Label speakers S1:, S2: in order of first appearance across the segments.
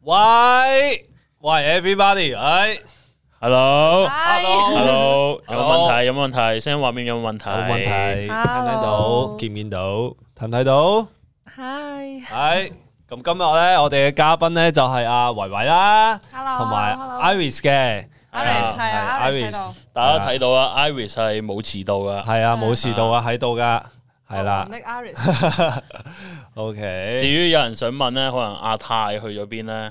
S1: 喂喂，everybody，哎，
S2: Hello，Hello，
S1: Hello
S2: 有冇問題？有冇問題？聲畫面有冇問題？
S1: 有冇問題？聽唔聽到？
S3: Hello
S1: 見唔見到？睇唔睇到？
S3: Hi，
S1: 哎，咁今日咧，我哋嘅嘉賓咧就係阿維維啦，
S3: Hello，
S1: 同埋
S3: hello
S1: Iris 嘅
S3: Iris 係
S1: 係
S3: 啊，Iris 喺度，
S2: 大家睇到啊，Iris 係冇遲到噶，
S1: 係啊，冇
S3: À.
S1: 事到啊，喺度噶，係啦
S3: 我唔識 Iris，
S2: 至
S1: ，OK，
S2: 於有人想問咧，可能阿泰去咗邊咧，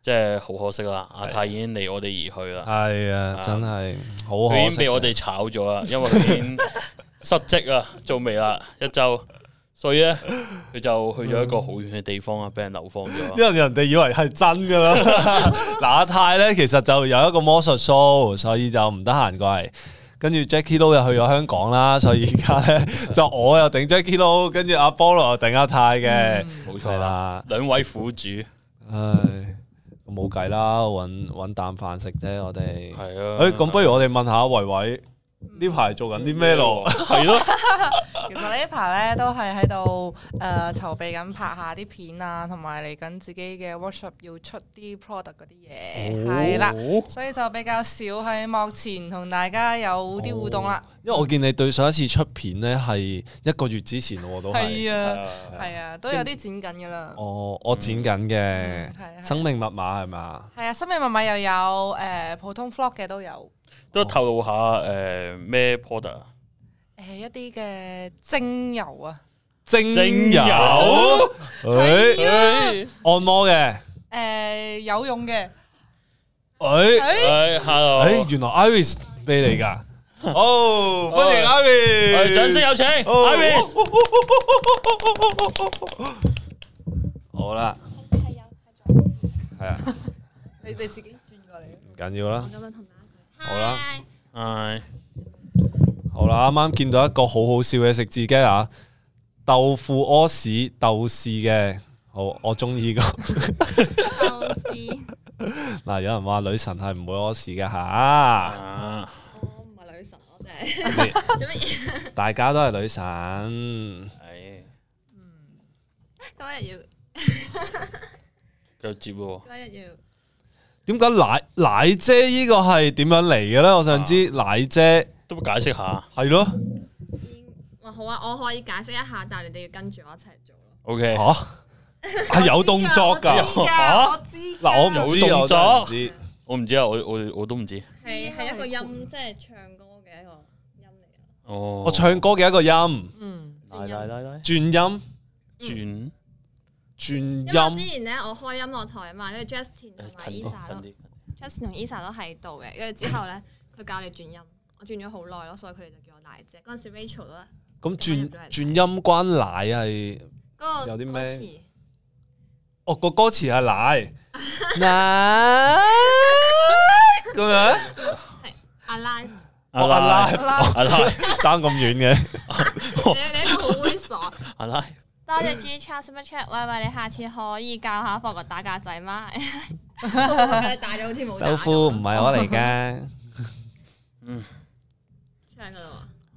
S2: 即係好可惜啦。阿泰已經離我哋而去啦，
S1: 係啊，真係好可
S2: 佢已
S1: 惜
S2: 經俾我哋炒咗啦，因為佢已 經失職啊，做未啦一周，所以咧佢就去咗一個好遠嘅地方啊，俾人流放咗 啊。
S1: 因為人哋以為係真噶 啦。嗱，阿泰咧其實就有一個魔術 show，所以就唔得閒過嚟。跟住 Jackie Lou 又去咗香港啦，所以而 家咧就我又頂 Jackie Lou，跟住阿菠蘿又頂阿泰嘅，
S2: 冇錯
S1: 係
S2: 啦，
S1: 啦。嗯
S2: 兩位苦主係
S1: 唉，冇計啦，揾揾啖飯食啫，我哋。
S2: 啊。
S1: 誒，咁不如我哋問下維維呢排做緊啲咩咯？
S2: 係咯，
S3: 其實呢排咧都係喺度誒籌備緊拍下啲片啊，同埋嚟緊自己嘅 workshop 要出啲 product 嗰啲嘢，係啦，
S2: 哦
S3: 所以就比較少喺幕前同大家有啲互動啦，
S1: 因為我見你對上一次出片咧係一個月之前喎，都哦係。
S3: 係
S2: 係
S3: 啊，
S2: 啊
S3: 係啊，都有啲剪緊噶啦，
S1: 哦，我剪緊嘅
S3: 嗯係啊
S1: 生命密碼係嘛？
S3: 係啊，新美密碼又有誒普通 vlog 嘅都有。
S2: 都透露下誒咩 product 啊？
S3: 誒一啲嘅精油啊，
S1: 精
S2: 精油
S1: 誒，
S2: 哎
S1: 按摩嘅，
S3: 啊誒有用嘅，
S1: 誒，
S3: 誒
S2: 哎，hello，
S1: 誒，原來 Iris 俾你 噶，哦，歡迎 Iris，
S2: 哎掌聲有請
S1: 哦
S2: Iris，
S1: 好啦，
S4: 係有係仲有
S1: 係啊，
S3: 你哋自己轉過嚟。啊
S1: 唔緊要啦，
S4: 咁樣同大家講。
S1: 好啦
S4: 嗨，
S2: 哎
S1: 好啦，啱啱見到一個好好笑嘅食字雞啊，豆腐屙屎豆豉嘅，好，我中意個。
S4: 豆 豉，
S1: 嗱，有人話女神係唔會屙屎嘅吓，
S2: 啊，
S4: 我哦唔係女神，我淨係
S1: 你
S4: 做乜嘢？
S1: 大家都係女神，
S2: 係
S4: 今日
S2: 就接喎，
S4: 要，今日要。
S1: 點解奶奶姐呢個係點樣嚟嘅咧？我想知奶姐
S2: 都解釋下
S1: 係咯
S4: 哇，好啊，我可以解釋一下，但係你哋要跟住我一齊做咯。
S2: ，OK，
S1: 吓，係有動作噶
S3: 我知㗎我 知㗎。
S1: 嗱，我唔知
S2: 有動
S1: 我真係唔
S2: 作
S1: 知
S2: 我唔知啊，我我我都唔知，
S4: 係係一個音，即係唱歌嘅一個音嚟嘅。
S2: 哦，
S1: 我唱歌嘅一個音
S3: 嗯，
S2: 奶奶奶奶
S1: 轉音
S2: 轉
S4: 因為
S1: 轉
S4: 我之
S1: 音
S4: 前咧，我開音樂台啊嘛，跟住 Justin 同埋
S2: 近啲
S4: Elsa 咯
S2: 近
S4: ，Justin 同 Elsa 都喺度嘅。跟住之後咧，佢教你轉音，我轉咗好耐咯，所以佢哋就叫我大姐。嗰陣時 Rachel 啦，
S1: 咁轉轉音關奶係
S4: 嗰個
S1: 有啲
S4: 歌
S1: 咩
S4: 詞
S1: 哦個歌詞係奶奶咁 樣
S4: 阿 Live。
S2: 阿
S1: 哦
S2: 拉
S1: 阿
S3: 啦，
S2: 阿拉
S1: 爭咁遠嘅，
S4: 你你一個好猥瑣。
S2: 阿拉，
S4: 多謝 G Chat Super Chat，喂喂，你下次可以教下霍國打格仔嗎？不過佢哋打咗好似冇打咁
S1: 係我嚟嘅，
S2: 嗯，
S4: 唱噶啦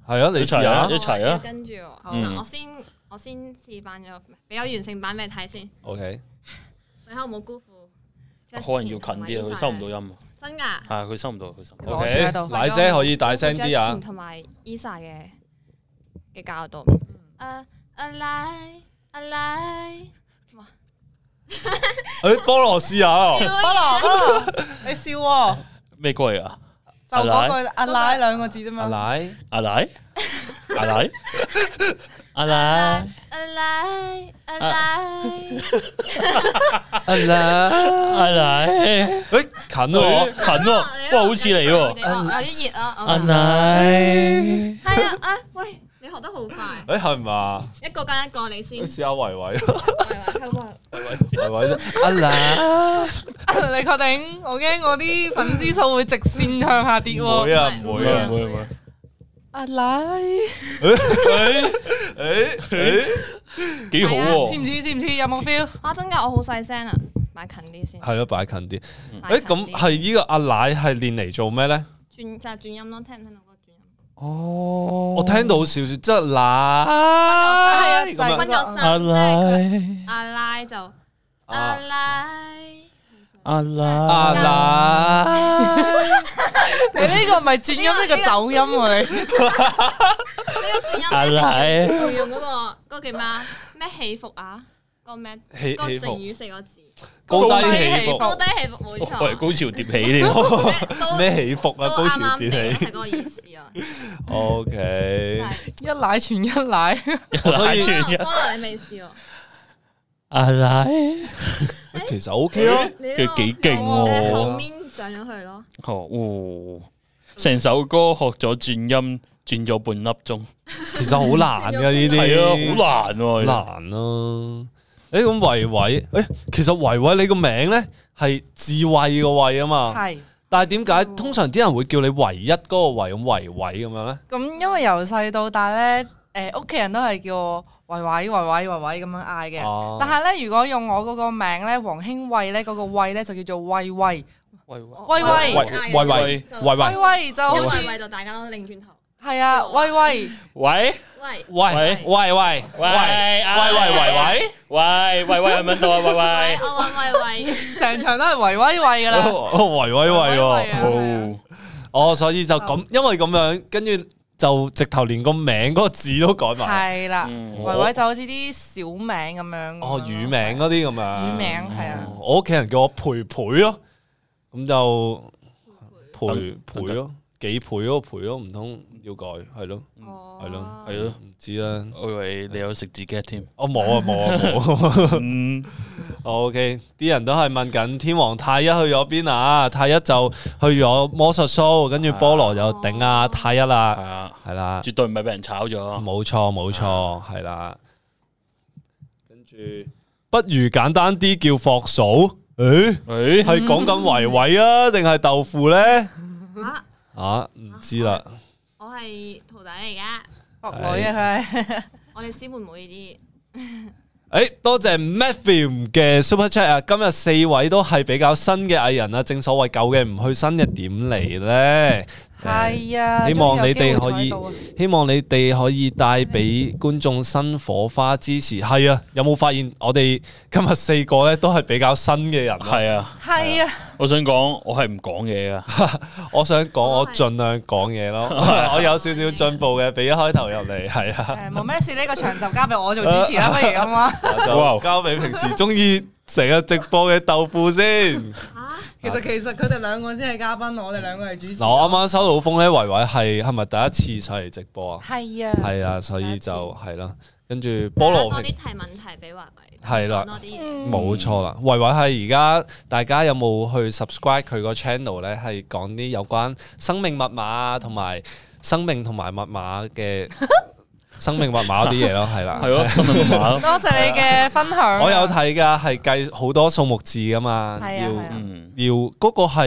S1: 係啊，你試
S2: 一齊
S1: 下
S2: 啊
S4: 喎，
S2: 齊
S4: 我要跟住喎，好
S2: 嗯
S4: 嗱，我先我先示範咗，俾我完成版俾你睇先，
S1: ，OK。
S4: 你可唔好辜負。
S2: 啊可能要近啲啊，佢收唔到。音啊，
S4: 真㗎，
S2: 係啊佢收唔到，佢收唔到
S3: 我坐喺度
S1: 奶姐可以大聲啲啊！
S4: 同埋 Elsa 嘅嘅教導。誒誒奶誒奶，
S1: 誒，菠蘿試下啊！
S3: 菠
S4: 哎
S3: 蘿菠蘿，你笑喎，
S2: 咩歌嚟啊？
S3: 就嗰句阿奶兩個字啫
S1: 阿
S3: 嘛。
S1: 奶，
S2: 阿奶，阿奶，阿奶，
S4: 誒奶誒奶。
S2: 啊
S1: 阿奶，
S2: 阿奶，
S1: 誒，近
S2: 哦
S1: 喎
S2: 近，喎，哇，好似你喎，
S4: 有啲熱啊！
S2: 阿
S4: 我話
S2: 奶，
S4: 係啊，啊喂，你學得好快，
S1: 誒，係嘛？
S4: 一個跟一個你先
S1: 你。試下維維，
S4: 係
S1: 維維啫。阿奶，
S3: 你確定？我驚我啲粉絲數會直線向下跌
S1: 唔會
S3: 喎。
S1: 啊， 唔會啊
S2: 唔。會唔會
S3: 阿奶，
S1: 誒誒，
S2: 幾好
S3: 似
S2: 喎，
S3: 啊唔似？似唔似？有冇 feel？
S4: 啊，真㗎，我好細聲啊，擺近啲先。
S1: 係咯，擺近啲。
S4: 擺
S1: 誒，
S4: 近
S1: 咁
S4: 啲
S1: 係呢個阿奶係練嚟做咩咧？
S4: 轉就係轉音咯，聽唔聽到嗰個轉音？
S2: 哦
S1: 我聽到少少，即係奶
S3: 分咗三係啊就係
S1: 咁
S4: 分
S1: 樣
S4: 咗
S2: 阿
S4: 三，即係佢
S2: 奶。
S4: 阿拉就
S1: 啊
S4: 阿拉，
S2: 阿
S1: 啊
S2: 啦，
S1: 嗱，
S3: 你呢個咪轉音呢個走音喎，你
S4: 呢個
S2: 阿
S4: 轉音
S2: 啦，
S4: 佢用嗰個嗰個叫咩啊咩戲服啊？個咩？
S1: 起
S4: 個
S1: 起
S4: 成
S1: 伏
S4: 語四個字，
S1: 高低起伏，
S4: 高低起伏冇錯。
S2: 喂，高潮迭起添，
S4: 咩都
S1: 哦 咩起伏啊？
S4: 都
S1: 高潮
S4: 啱啱地
S1: 迭起
S4: 係嗰個意思 啊。
S1: ，O K，
S4: 係
S3: 一奶傳一奶，
S1: 所以
S2: 全
S4: 可能
S2: 一
S4: 可能你未試喎，
S2: 阿啦，
S1: 其實 O K 咯，
S4: 你呢
S2: 佢
S4: 個
S2: 幾勁
S4: 你
S2: 喎，
S4: 後面上咗去咯。
S2: 哦，成首歌學咗轉音，轉咗半粒鐘，
S1: 其實好難噶呢啲，
S2: 係啊，好難喎，
S1: 难咯、诶、咁維維，诶、其實維維你個名咧係智慧個慧 啊嘛，
S3: 係。
S1: 但係點解通常啲人會叫你唯一嗰個維咁維維咁樣咧？
S3: 咁因為由細到大咧，誒屋企人都係叫我維維維維維維咁樣嗌嘅。
S1: 哦
S3: 但係咧，如果用我嗰個名咧，黃興惠咧，嗰個惠咧就叫做慧慧，
S2: 喂
S3: 喂喂
S1: 喂喂喂喂
S3: 慧
S1: 喂
S3: 慧就好
S4: 因
S3: 似
S4: 為為到大家都擰轉頭，
S3: 係啊，慧慧
S2: 喂
S4: 喂
S1: 喂喂喂喂
S2: 喂喂喂喂喂喂係咪到啊？喂
S4: 喂
S2: 喂，
S4: 我話哎哦喂喂，
S3: 成場都係維威慧 噶啦。
S1: 維維維喎，
S2: 哦，
S1: 哦，所以就咁，因為咁樣，跟住就直頭連個名嗰個字都改埋，
S3: 係啦，
S2: 嗯
S3: 維維就好似啲小名咁樣。
S1: 哦，乳名嗰啲咁啊，
S3: 乳名係啊
S1: 哦我屋企人叫我培培咯，咁就培
S2: 等
S1: 培咯，幾倍嗰個培咯，唔通要改係咯？嗯
S4: 哦
S1: 係咯
S2: 係咯，
S1: 唔知啦，
S2: 我以為你有食自己添，
S1: 我冇啊冇啊冇啊。
S2: 嗯，
S1: O K，啲人都係問緊天王太一去咗邊啊？太一就去咗魔術 show，跟住菠蘿
S3: 哦
S1: 就頂啊太一
S2: 係
S1: 啦，
S2: 啊，
S1: 係啦，
S2: 絕對唔係俾人炒咗，
S1: 冇錯冇錯，係啦。啊跟住不如簡單啲叫霍嫂，誒
S2: 誒，
S1: 係講緊維維啊，定係豆腐咧？
S4: 啊，
S1: 啊，唔知啦。
S4: 我係徒弟嚟噶，
S3: 學女啊佢係。
S4: 我哋師妹妹呢
S1: 诶，多謝 Matthew 嘅 Super Chat 啊！今日四位都係比較新嘅藝人啊，正所謂舊嘅唔去，新嘅點嚟呢？
S3: 係啊，
S1: 希望你哋可
S3: 終於有機會
S1: 以
S3: 坐喺度啊，
S1: 希望你哋可以帶俾觀眾新火花支持。係啊，有冇發現我哋今日四個呢都係比較新嘅人啊？
S2: 係啊，
S3: 係啊，
S2: 我想講，我係唔講嘢噶。
S1: 我想講，我
S4: 都哦係
S1: 盡量講嘢 咯， 我有少少進步嘅，比一開頭入嚟係 啊，
S3: 誒冇咩事，呢個場就交俾我做主持啦，不 如咁啊。
S1: 就
S2: 哇
S1: 交俾平時中意成日直播嘅豆腐 先。
S3: 其
S4: 啲啊，
S3: 實其實佢哋兩個先係嘉賓，我哋兩個係主持。
S1: 嗱，我啱啱收到風咧，維維係係咪第一次上嚟直播啊？
S3: 係啊，
S1: 係啊，所以就
S4: 第
S1: 係啦，跟住菠蘿
S4: 多啲
S1: 平
S4: 提問題俾華為，
S1: 係啦
S4: 講多啲嗯嘢，
S1: 冇錯啦。維維係而家大家有冇去 subscribe 佢個 channel 咧？係講啲有關生命密碼啊，同埋生命同埋密碼 嘅生命密碼嗰啲嘢咯，係啊啦
S2: 系。咯，今日密碼咯。
S3: 多謝你嘅分享啊。
S1: 我有睇㗎，係計好多數目字噶嘛，
S3: 係啊
S1: 要
S3: 係啊
S2: 嗯，
S1: 要嗰個係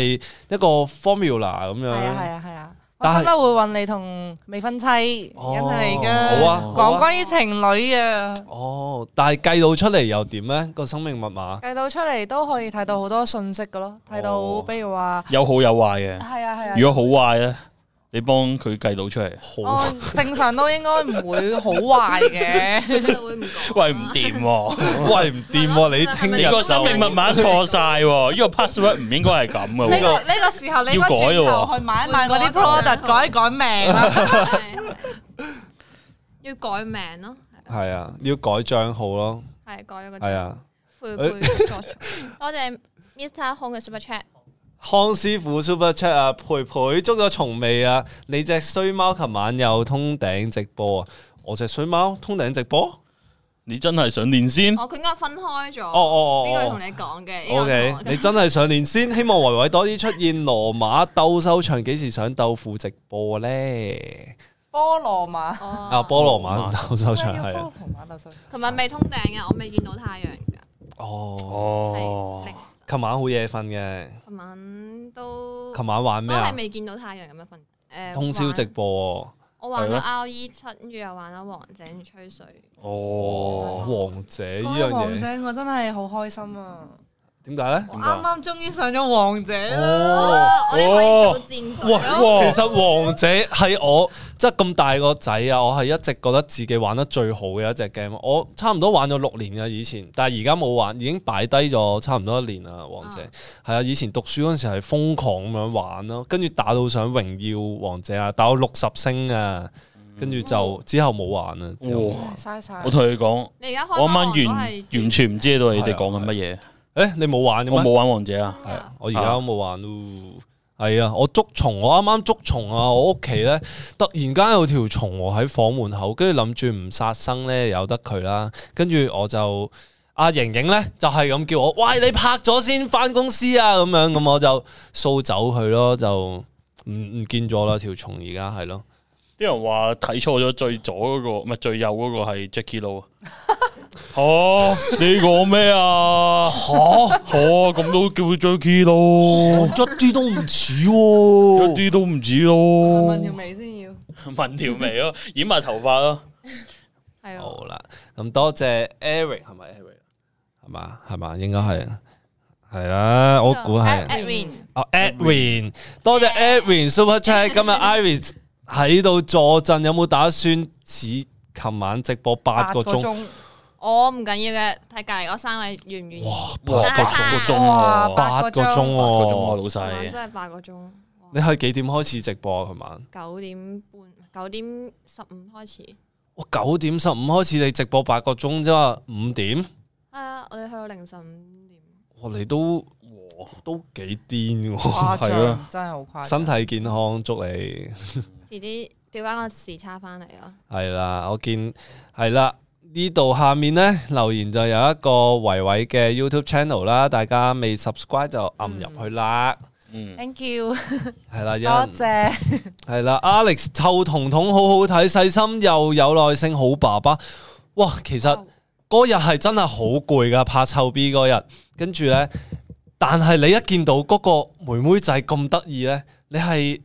S1: 一個 formula 咁樣。
S3: 係啊係啊係啊！我
S1: 但係
S3: 心都會揾你同未婚妻引
S1: 哦
S3: 佢嚟
S1: 好
S3: 噶，
S1: 啊，好啊
S3: 講關於情侶啊，
S1: 哦，但係計到出嚟又點咧？個生命密碼
S3: 計到出嚟都可以睇到好多信息噶咯，睇到
S2: 哦
S3: 比如話
S2: 有好有壞嘅。
S3: 係啊係啊，
S2: 如果好壞咧，你幫佢計到出嚟。
S1: 好
S3: 哦正常都應該唔會好壞 嘅，
S4: 佢就會唔講。啊
S2: 喂，唔掂喎！
S1: 喂唔掂喎，你聽
S2: 你
S1: 日就
S2: 個生命密碼錯晒喎，呢個 password 唔應該係咁
S3: 呢
S2: 嘅
S3: 個
S2: 喎。
S3: 呢個時候你應該
S2: 要改喎
S3: 轉頭去買一買嗰啲
S4: 換個嗰個
S3: product 改一改名啊，
S4: 係要改名咯，
S1: 係啊，要改帳號咯，
S4: 係改咗個
S1: 係啊。
S4: 配配作錯多謝 Mr. Hong 嘅 Super Chat。
S1: 康師傅 Super Chat 啊，培培捉咗蟲未啊？你只衰貓琴晚又通頂直播啊？我只衰貓通頂直播？
S2: 你真係想練先？
S4: 哦，佢應該分開咗。
S1: 嗯哦哦
S4: 呢個同
S1: 哦
S4: 你講嘅。呢
S1: 哦
S4: 個
S1: ，OK，
S4: 同我
S1: 你真係上年先，希望維維多啲出現羅馬鬥獸場，幾時上豆腐直播咧？
S3: 菠蘿馬，
S4: 哦
S1: 啊，波羅馬鬥獸場
S3: 咩叫
S1: 係
S3: 菠
S1: 啊，
S3: 蘿馬豆碎
S4: 同埋未通頂嘅，我未見到太陽㗎。
S1: 哦，
S4: 係
S2: 哦
S4: 凌，
S1: 琴晚好夜瞓嘅，
S4: 琴晚都
S1: 琴晚玩
S4: 都
S1: 咩啊
S4: 哦係？未見到太陽咁樣瞓。誒，
S1: 通宵直
S4: 玩。
S1: 播喎。
S4: 我玩
S2: 係
S4: 咗
S2: 咩
S4: RE 七，跟住又玩咗王者跟住吹水。
S1: 哦，王者呢
S3: 講
S1: 樣
S3: 起王
S1: 嘢
S3: 者我真係好開心啊！
S1: 點解咧？
S3: 我啱啱終於上咗王者啦。
S1: 哦，
S4: 我哋可以做戰隊
S1: 哇！
S4: 咯。
S1: 其實王者係我即係咁大個仔啊，我係一直覺得自己玩得最好嘅一隻 game。我差唔多玩咗六年嘅以前，但係而家冇玩，已經擺低咗差唔多一年啦。王者係啊，以前讀書嗰陣時係瘋狂咁樣玩咯，跟住打到上榮耀王者啊，打到六十星啊，跟住就之後冇玩啦。之後
S2: 哇！
S3: 嘥晒。
S2: 我同佢講，
S4: 你而家開
S2: 我啱啱
S4: 翻
S2: 完
S4: 行都係
S2: 完全唔知道你哋講緊乜
S1: 啊
S2: 嘢，
S1: 誒，你冇玩嘅
S2: 我
S1: 咩
S2: 冇？玩王者啊，
S1: 係啊，我而家都冇玩咯。係啊，我捉蟲，我啱啱捉蟲啊！我屋企咧突然間有條蟲喎喺房門口，跟住諗住唔殺生咧，由得佢啦。跟住我就阿瑩瑩咧就係咁叫我，喂你拍咗先翻公司啊咁樣，咁我就掃走佢咯，就唔唔見咗啦條蟲而家係咯，
S2: 啲人話睇錯咗最左嗰個，唔係最右嗰個係 Jackie Lou 啊。哦，你講咩啊？
S1: 嚇
S2: 哦，咁都叫 Jackie Lou，
S1: 一哦啲都唔似
S2: 一
S1: 喎，
S2: 啲都唔似咯。
S3: 問條尾先要，
S2: 問條眉咯，染埋頭髮咯。
S3: 係啊，
S1: 好啦，咁多謝 Eric 係咪 Eric 係嘛係嘛應該係係啦，我估係。
S4: Edwin
S1: 哦，Edwin，多謝 Edwin Super Chat，今日 Iris 喺度坐陣，有冇打算似琴晚直播八個鐘？
S3: 鐘，
S4: 我唔緊要嘅，睇隔離嗰三位願唔願意？
S1: 哇
S4: 八個
S2: 個鐘
S3: 哇
S2: 喎，
S1: 八個鐘
S2: 八個鐘啊，
S1: 喎！
S2: 老
S4: 哇真
S2: 細。
S4: 係八個鐘，
S1: 你係幾點開始直播啊？琴晚
S4: 九點半、九點十五開始。
S1: 我九點十五開始，你直播八個鐘啫嘛，五點，
S4: 啊，我哋去到凌晨五點。
S1: 哇！你都
S2: 哇
S1: 都幾癲喎，
S3: 誇
S1: 係啊！
S3: 張，真係好誇張。
S1: 身體健康，祝你
S4: 遲啲調翻個時差翻嚟咯。
S1: 係啦！我見係啦。呢度下面呢，留言就有一個維維嘅 YouTube channel 啦，大家未 subscribe 就撳入去啦，
S2: 嗯，
S3: Thank you，
S1: 係啦，有人
S3: 嗯多謝。
S1: 系啦，Alex 湊彤彤好好睇，細心又有耐性，好爸爸。哇，其實嗰日係真係好攰噶，拍臭 B 嗰日，跟住呢，但係你一見到嗰個妹妹仔咁得意呢，你係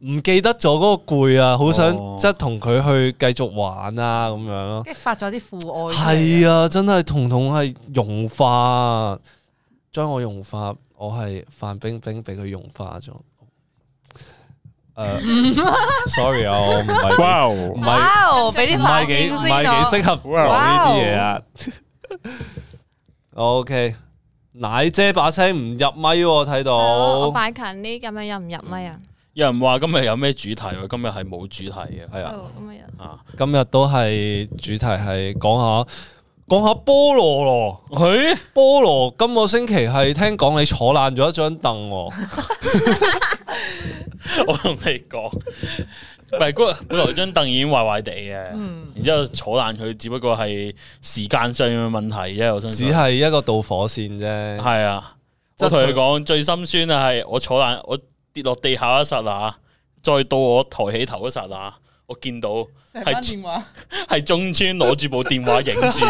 S1: 唔記得咗嗰個攰啊，好想
S2: 哦
S1: 即係同佢去繼續玩啊咁樣咯。
S3: 激發咗啲父愛。
S1: 係
S3: 啊，
S1: 啊，真係彤彤係融化，將我融化，我係范冰冰俾佢融化 咗。誒嗯 sorry 啊，我唔係幾
S2: 哇！
S1: 唔係
S3: 哇！俾
S1: 唔
S3: 啲
S1: 係
S3: 反
S1: 幾啊
S3: 應
S1: 唔
S3: 先啊
S1: 係幾
S3: 我。
S1: 適合講呢啲嘢啊。OK，奶姐把聲唔入咪喎，睇
S4: 係咯
S1: 到
S4: 我擺近啲，咁樣入唔入咪啊？
S2: 有人話今日有咩主題喎？今日係冇主題嘅。
S1: 係啊，
S4: 哦咁樣入。
S2: 啊，
S1: 今日都係主題係講下講下菠蘿咯。
S2: 佢
S1: 菠蘿今個星期係聽講你坐爛咗一張凳喎。
S2: 我同你講，唔係嗰日本來張凳已經壞壞地嘅，
S1: 嗯
S2: 然之後坐爛佢，只不過係時間上嘅問題啫。我相
S1: 只
S2: 信
S1: 係一個導火線啫。
S2: 係啊，
S1: 即係
S2: 我同佢講最心酸啊，係我坐爛，我跌落地下一剎那，再到我抬起頭一剎那，我見到。
S3: 成
S2: 係
S3: 班電話。
S2: 系中村攞住部電話影住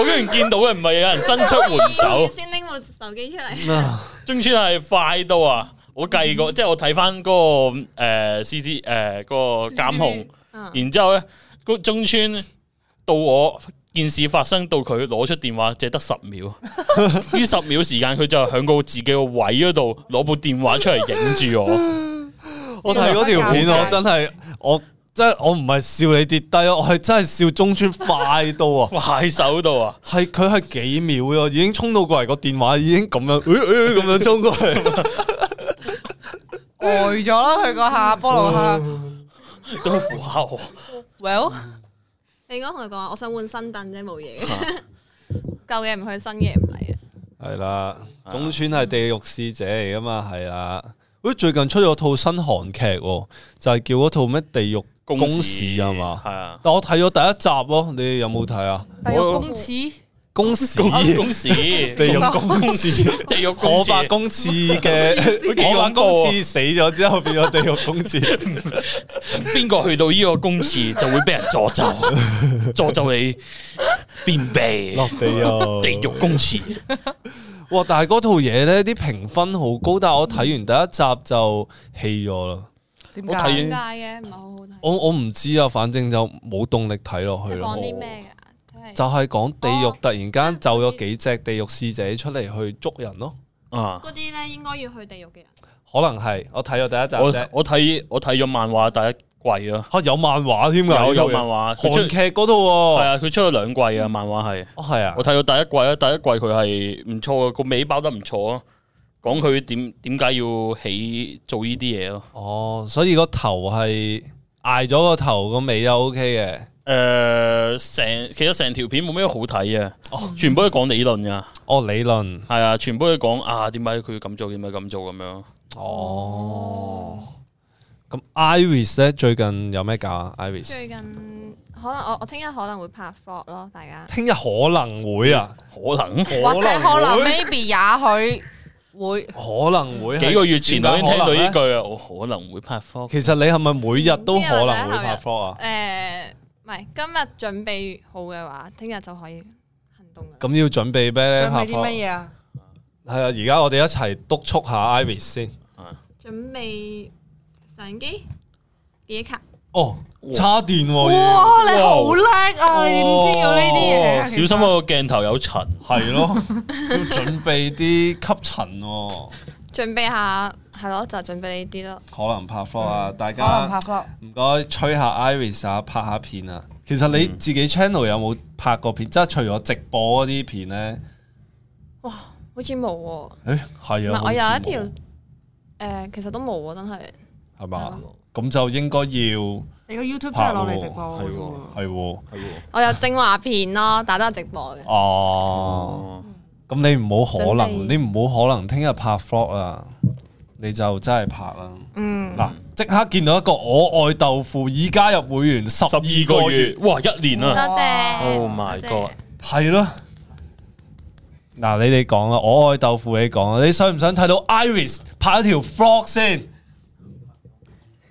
S2: 我居然見到嘅唔係有人伸出援手，
S4: 先拎部手機出嚟。
S2: 中村係快到啊！我計過，即係我睇翻嗰個诶 C C 诶嗰個監控，
S4: 嗯
S2: 然之后咧，個中村到我件事發生到佢攞出電話，只得十秒，呢十秒時間佢就喺個自己個位嗰度攞部電話出嚟影住我，
S1: 我睇嗰條片，我真係我真係我唔係笑你跌低，我係真係笑中村快到啊！
S2: 快手到啊！
S1: 係佢係幾秒咯，已經衝到過嚟個電話已經咁樣， 誒誒咁樣衝過嚟。
S3: 呆咗啦，佢個下
S2: 嗯
S3: 菠蘿下
S2: 都符合哦我，
S3: ，well
S4: 你應該同佢講話，我想換新凳啫，冇嘢。
S1: 啊
S4: 舊嘢唔去，新嘢唔嚟啊！
S1: 係啦，中村係地獄使者嚟噶嘛，係啦。誒最近出咗套新韓劇喎，就係叫嗰套咩《地獄公使》啊嘛。
S2: 係啊。
S1: 但我睇咗第一集咯，你有冇睇啊？
S3: 第六公廁
S1: 公使
S2: 公啊公事，地
S1: 獄
S2: 公事， 地獄公
S1: 我
S2: 事，
S1: 白公 廁嘅，
S2: 幾
S1: 我白
S2: 恐怖啊
S1: 公廁死咗之後變咗地獄公 廁，
S2: 邊個去到呢個公事就會俾人助 咒，助咒你便秘，
S1: 落地獄。
S2: 地獄公事，
S1: 哇！但係嗰套嘢咧，啲評分好高，但係我睇完第一集就棄咗啦。
S3: 點
S2: 我睇
S3: 解？
S4: 點解嘅？唔係好好睇。
S1: 我我唔知啊，反正就冇動力睇落去
S4: 佢
S1: 咯
S4: 講。啲咩㗎？佢係
S1: 就係講地獄
S4: 哦
S1: 突然間走咗幾隻地獄使者出嚟去捉人咯。
S2: 啊，
S4: 嗰啲咧，應該要去地獄嘅人。
S1: 可能係我睇咗第一集
S2: 我
S1: 啫。
S2: 我睇我睇咗漫畫第一季啊，
S1: 吓有漫畫添㗎，
S2: 有有
S1: 呢套嘢
S2: 漫畫，佢
S1: 韓
S2: 出
S1: 劇嗰度
S2: 係
S1: 喎，
S2: 啊，佢出咗兩季啊，漫畫係。
S1: 哦係啊
S2: 我，睇到第一季啊，第一季佢係唔錯啊，個尾包得唔錯啊，講佢點點解要起做呢啲嘢咯。
S1: 哦，所以個頭係捱咗個頭，個尾又 OK 嘅。
S2: 诶、成其實成條片冇咩好睇啊，全部都講理論噶，
S1: 哦，理論，
S2: 係啊，全部都講啊點解佢要咁做，點解咁做咁樣。
S1: 哦，咁 Iris 咧最近有咩搞啊？Iris，
S4: 最近可能我我聽日可能會拍 vlog 咯，大家
S1: 聽日可能會啊，
S2: 可能
S3: 或者可能
S1: 會
S3: maybe 也許會
S1: 可能會係
S2: 幾個月前我已經聽到呢
S1: 點解可能呢。
S2: 句啊，我可能會拍科。
S1: 其實你係咪每日都可能會拍 f l o 啊？
S4: 誒唔係今日準備好嘅話，聽日就可以行動㗎啦。
S1: 咁要準備咩咧？
S3: 準
S1: 拍 f
S3: 備啲
S1: l o
S3: 乜
S1: 係啊，
S3: 嘢啊？
S1: 而家我哋一齊督促下 Iris 先。
S4: 準備相機、記憶卡，
S1: 哦，叉電喎，要
S3: 哇！你好叻啊！你點知要呢啲嘢
S2: 哦
S3: 啊？
S2: 小
S3: 其實
S2: 心個鏡頭有塵。
S1: 係咯，要準備啲吸塵喎。
S4: 準備下係咯，就準備呢啲咯。
S1: 可能拍 f l o 啊，大
S3: 可能
S1: 家
S3: 拍 vlog
S1: 唔該吹下 Iris 啊，拍下片啊。其實你自己 channel 有冇拍過片？即係除咗直播嗰啲片咧，
S4: 好似冇喎，
S1: 誒係
S4: 唔
S1: 啊，
S4: 係我有
S1: 好
S4: 一
S1: 似
S4: 條
S1: 冇
S4: 誒，其實都冇喎，真係
S1: 係
S4: 係
S1: 嘛
S4: 咯，
S1: 咁就應該要
S3: 你個 YouTube 真
S1: 拍
S3: 係
S1: 喎
S3: 攞嚟直播嘅
S2: 啊
S3: 啫喎
S1: 係喎。
S4: 我有精華片咯， 打得直播嘅。
S1: 哦。
S2: 哦，
S1: 咁你唔好可能，
S4: 準備
S1: 你唔好可能聽日拍 vlog 啊，你就真係拍啦。
S4: 嗯，
S1: 嗱，即刻見到一個我愛豆腐已加入會員十
S2: 十
S1: 二
S2: 二
S1: 個月嗯
S2: 個月，，哇，一年
S4: 多
S2: 啊
S4: 謝。
S2: ！Oh my
S4: 多謝
S2: god！
S1: 係咯。嗱，你哋講啦，我愛豆腐你講啦，你想唔想睇到 Iris 拍一條 vlog 先？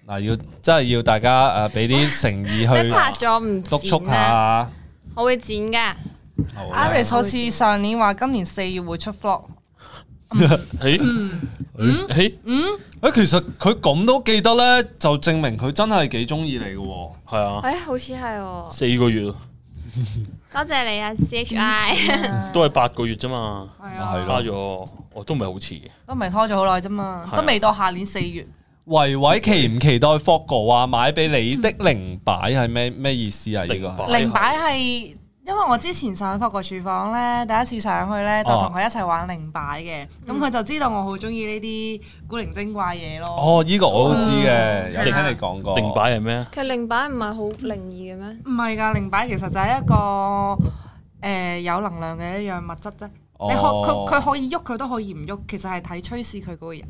S1: 嗱，要真係要大家誒俾啲誠
S4: 即係拍
S1: 意去啊
S4: 咗啊唔
S1: 督促
S4: 剪咧，
S1: 下。
S4: 我會剪噶。
S1: 好啊
S3: Iris 好似上年話今年四月會出 vlog，
S2: 诶
S4: 嗯
S2: 诶，系
S1: 誒，其實佢咁都記得咧，就證明佢真係幾中意你嘅喎。
S2: 啊，
S4: 哎，好似係喎，
S2: 四個月
S4: 多謝你啊，C H I。
S1: 嗯
S2: 都係八個月啫嘛，
S3: 係
S1: 係
S3: 啊，
S1: 咯
S2: 差咗，我都唔係好似嘅。
S3: 都唔係拖咗好耐啫嘛
S2: 係，啊
S3: 都未到下年四月。
S1: 维维期唔期待 Fogo 話買俾你的零擺係咩咩意思啊？呢個
S2: 零擺
S1: 係
S3: 零擺係因為我之前上法國廚房咧，第一次上去
S1: 哦
S3: 咧就同佢一齊玩零擺嘅，
S1: 嗯
S3: 咁佢就知道我好中意呢啲古靈精怪嘢咯。
S1: 哦，呢個我都知
S3: 哦
S1: 嘅，有聽你講過。
S2: 零擺係咩啊？
S4: 其實零擺唔係好靈異嘅咩？
S3: 唔係㗎，零擺其實就係一個誒有能量嘅一樣物質啫。
S1: 哦，
S3: 你可佢佢可以喐，佢都可以唔喐，其實係睇趨勢佢嗰個人。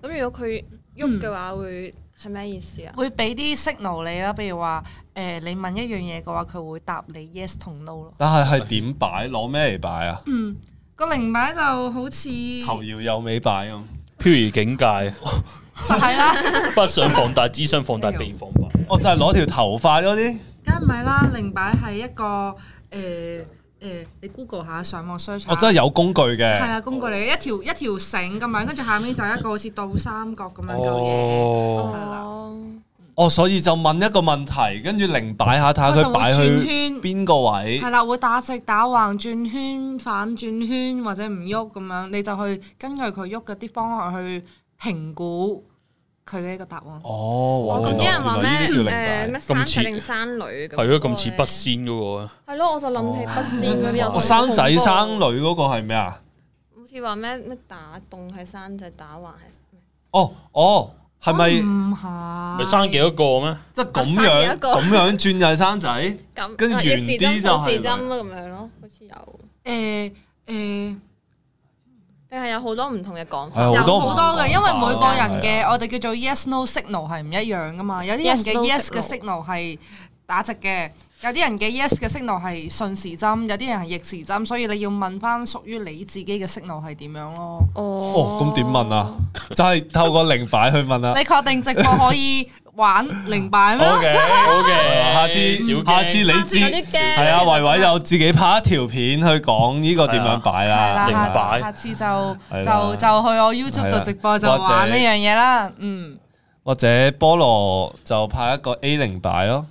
S4: 咁如果佢喐嘅話，會係咩意思啊？
S3: 會俾啲 signal 你啦，譬如話誒、你問一樣嘢嘅話，佢會答你 yes 同 no 咯。
S1: 但係係點擺？攞咩嚟擺啊？
S3: 個零擺就好似
S1: 頭搖右尾擺咁。
S2: 漂移境 界，
S3: 係啦，
S2: 不想放大，只想放大被放 大。
S1: 我哦就係攞條頭髮嗰啲。
S3: 梗唔係啦，零擺係一個誒誒、你 Google 下，上網 search 下。
S1: 我哦真係有工具
S3: 係
S1: 嘅。
S3: 啊，工具嚟嘅，一條一條繩咁樣，跟住下面就一個好似倒三角咁樣嘅嘢，
S2: 哦，
S4: 哦，
S1: 哦，所以就問一個問題，跟住零擺下睇下佢擺
S3: 佢就會轉
S1: 去
S3: 圈
S1: 邊個位
S3: 係。啦，會打直打橫轉圈、反轉圈或者唔喐咁樣，你就去根據佢喐嘅啲方向去評估佢嘅一個答案。
S1: 哦，哇
S4: 我咁
S1: 原來
S4: 啲人話
S1: 原來呢啲叫零
S4: 咩？誒
S1: 擺。
S4: 咩山
S2: 咁似
S4: 仔定山女咁？
S2: 係咯，咁似筆。仙嗰個啊，
S4: 係咯，我就諗起筆仙嗰啲有。
S1: 哦，生仔生女。嗰個係咩啊？
S4: 好似話咩咩打洞係山仔，打橫係。
S1: 哦哦，係咪
S3: 唔係
S2: 咪生幾多個咩？
S1: 即係咁
S4: 生咗
S1: 樣
S4: 一個
S1: 咁樣轉就係生仔？
S4: 咁
S1: 跟住
S4: 啊
S1: 圓
S4: 要時
S1: 啲
S4: 針
S1: 就
S4: 放
S1: 係
S4: 時針啊，咁樣咯，好似有，
S3: 誒誒，
S4: 定係有好多唔同嘅
S1: 係啊
S4: 講法。
S1: 哦好
S3: 有
S1: 多唔
S3: 好多嘅，因為每個人
S1: 係啊
S3: 嘅我哋叫做 yes no signal 係唔一樣噶嘛。有啲人
S4: Yes,
S3: 嘅
S4: no
S3: yes 嘅
S4: signal
S3: signal 係打直嘅，有啲人嘅 yes 嘅 signal 係順時針，有啲人係逆時針，所以你要問翻屬於你自己嘅 signal 係點樣咯。
S4: 哦
S1: 哦，咁點問啊？？就係透過零擺去問啦啊
S3: 你。確定直播可以玩零擺咩？
S1: O K O K，下次
S2: 小驚
S1: 下次你自
S4: 啊下次有啲驚
S1: 係啊，
S4: 其實
S1: 維維又自己拍一條片去講呢個點樣擺啊
S3: 係
S1: 啦
S3: 啦，
S2: 零
S3: 下
S2: 擺
S3: 下次就
S1: 係啦
S3: 就就去
S1: 係
S3: 我 YouTube
S1: 啦
S3: 度直播就
S1: 或者
S3: 玩呢樣嘢啦。嗯
S1: 或者菠蘿就拍一個 A 零擺咯。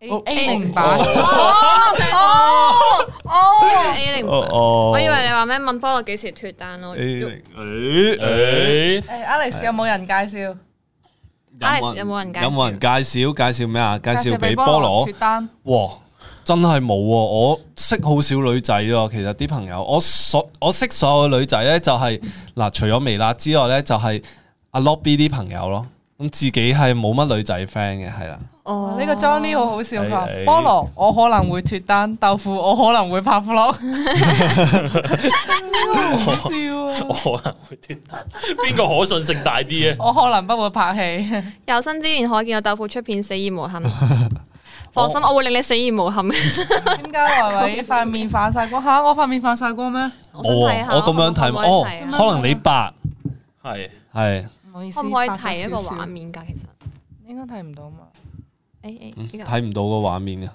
S3: ，A
S1: 哦
S3: A 零擺。
S4: 哦
S3: 哦，
S4: 跟住 A 零，
S1: 哦，
S4: 我以為你話話咩？問科我幾時脱單咯？哦
S1: 誒誒誒
S2: 诶，
S3: 诶，Alex 有冇人介紹？
S4: Alex，有冇人介紹
S1: 有冇人介紹？介紹咩啊？介紹
S3: 紹
S1: 俾菠
S3: 蘿
S1: 蘿
S3: 脱。單。
S1: 哇！真係冇喎，我識好少女仔喎。其實啲朋友，我所我識所有女仔咧、就係嗱，除咗微辣之外咧，就係阿 Lobby 啲朋友咯。咁自己係冇乜女仔 friend 嘅，係啦。
S4: 哦
S3: 呢個 Johnny 好好笑佢話
S1: 係係
S3: 菠蘿我可能會脱單，豆腐 我可能會拍 vlog。好笑啊！
S2: 我可能会脱单，边个可信性大啲啊？
S3: 我可能不會拍戲。
S4: 有生之年可見到豆腐出片，死而無憾。 放心，我會令你死而無憾。
S3: 點解維維塊面反晒光？吓，我塊面反晒光咩？
S4: 我想
S1: 冇
S4: 睇
S1: 啊
S4: 下，
S1: 我咁樣
S4: 可
S1: 睇
S4: 唔，可以
S1: 哦
S4: 睇，啊
S1: 可能你白
S2: 系
S1: 係
S3: 唔好意思，
S4: 可唔可以
S3: 白咗
S4: 睇一個
S3: 少少
S4: 畫？面㗎？其實，
S3: 應該睇唔到嘛。
S4: 誒誒，啊呢個
S1: 睇唔到個畫面嘅。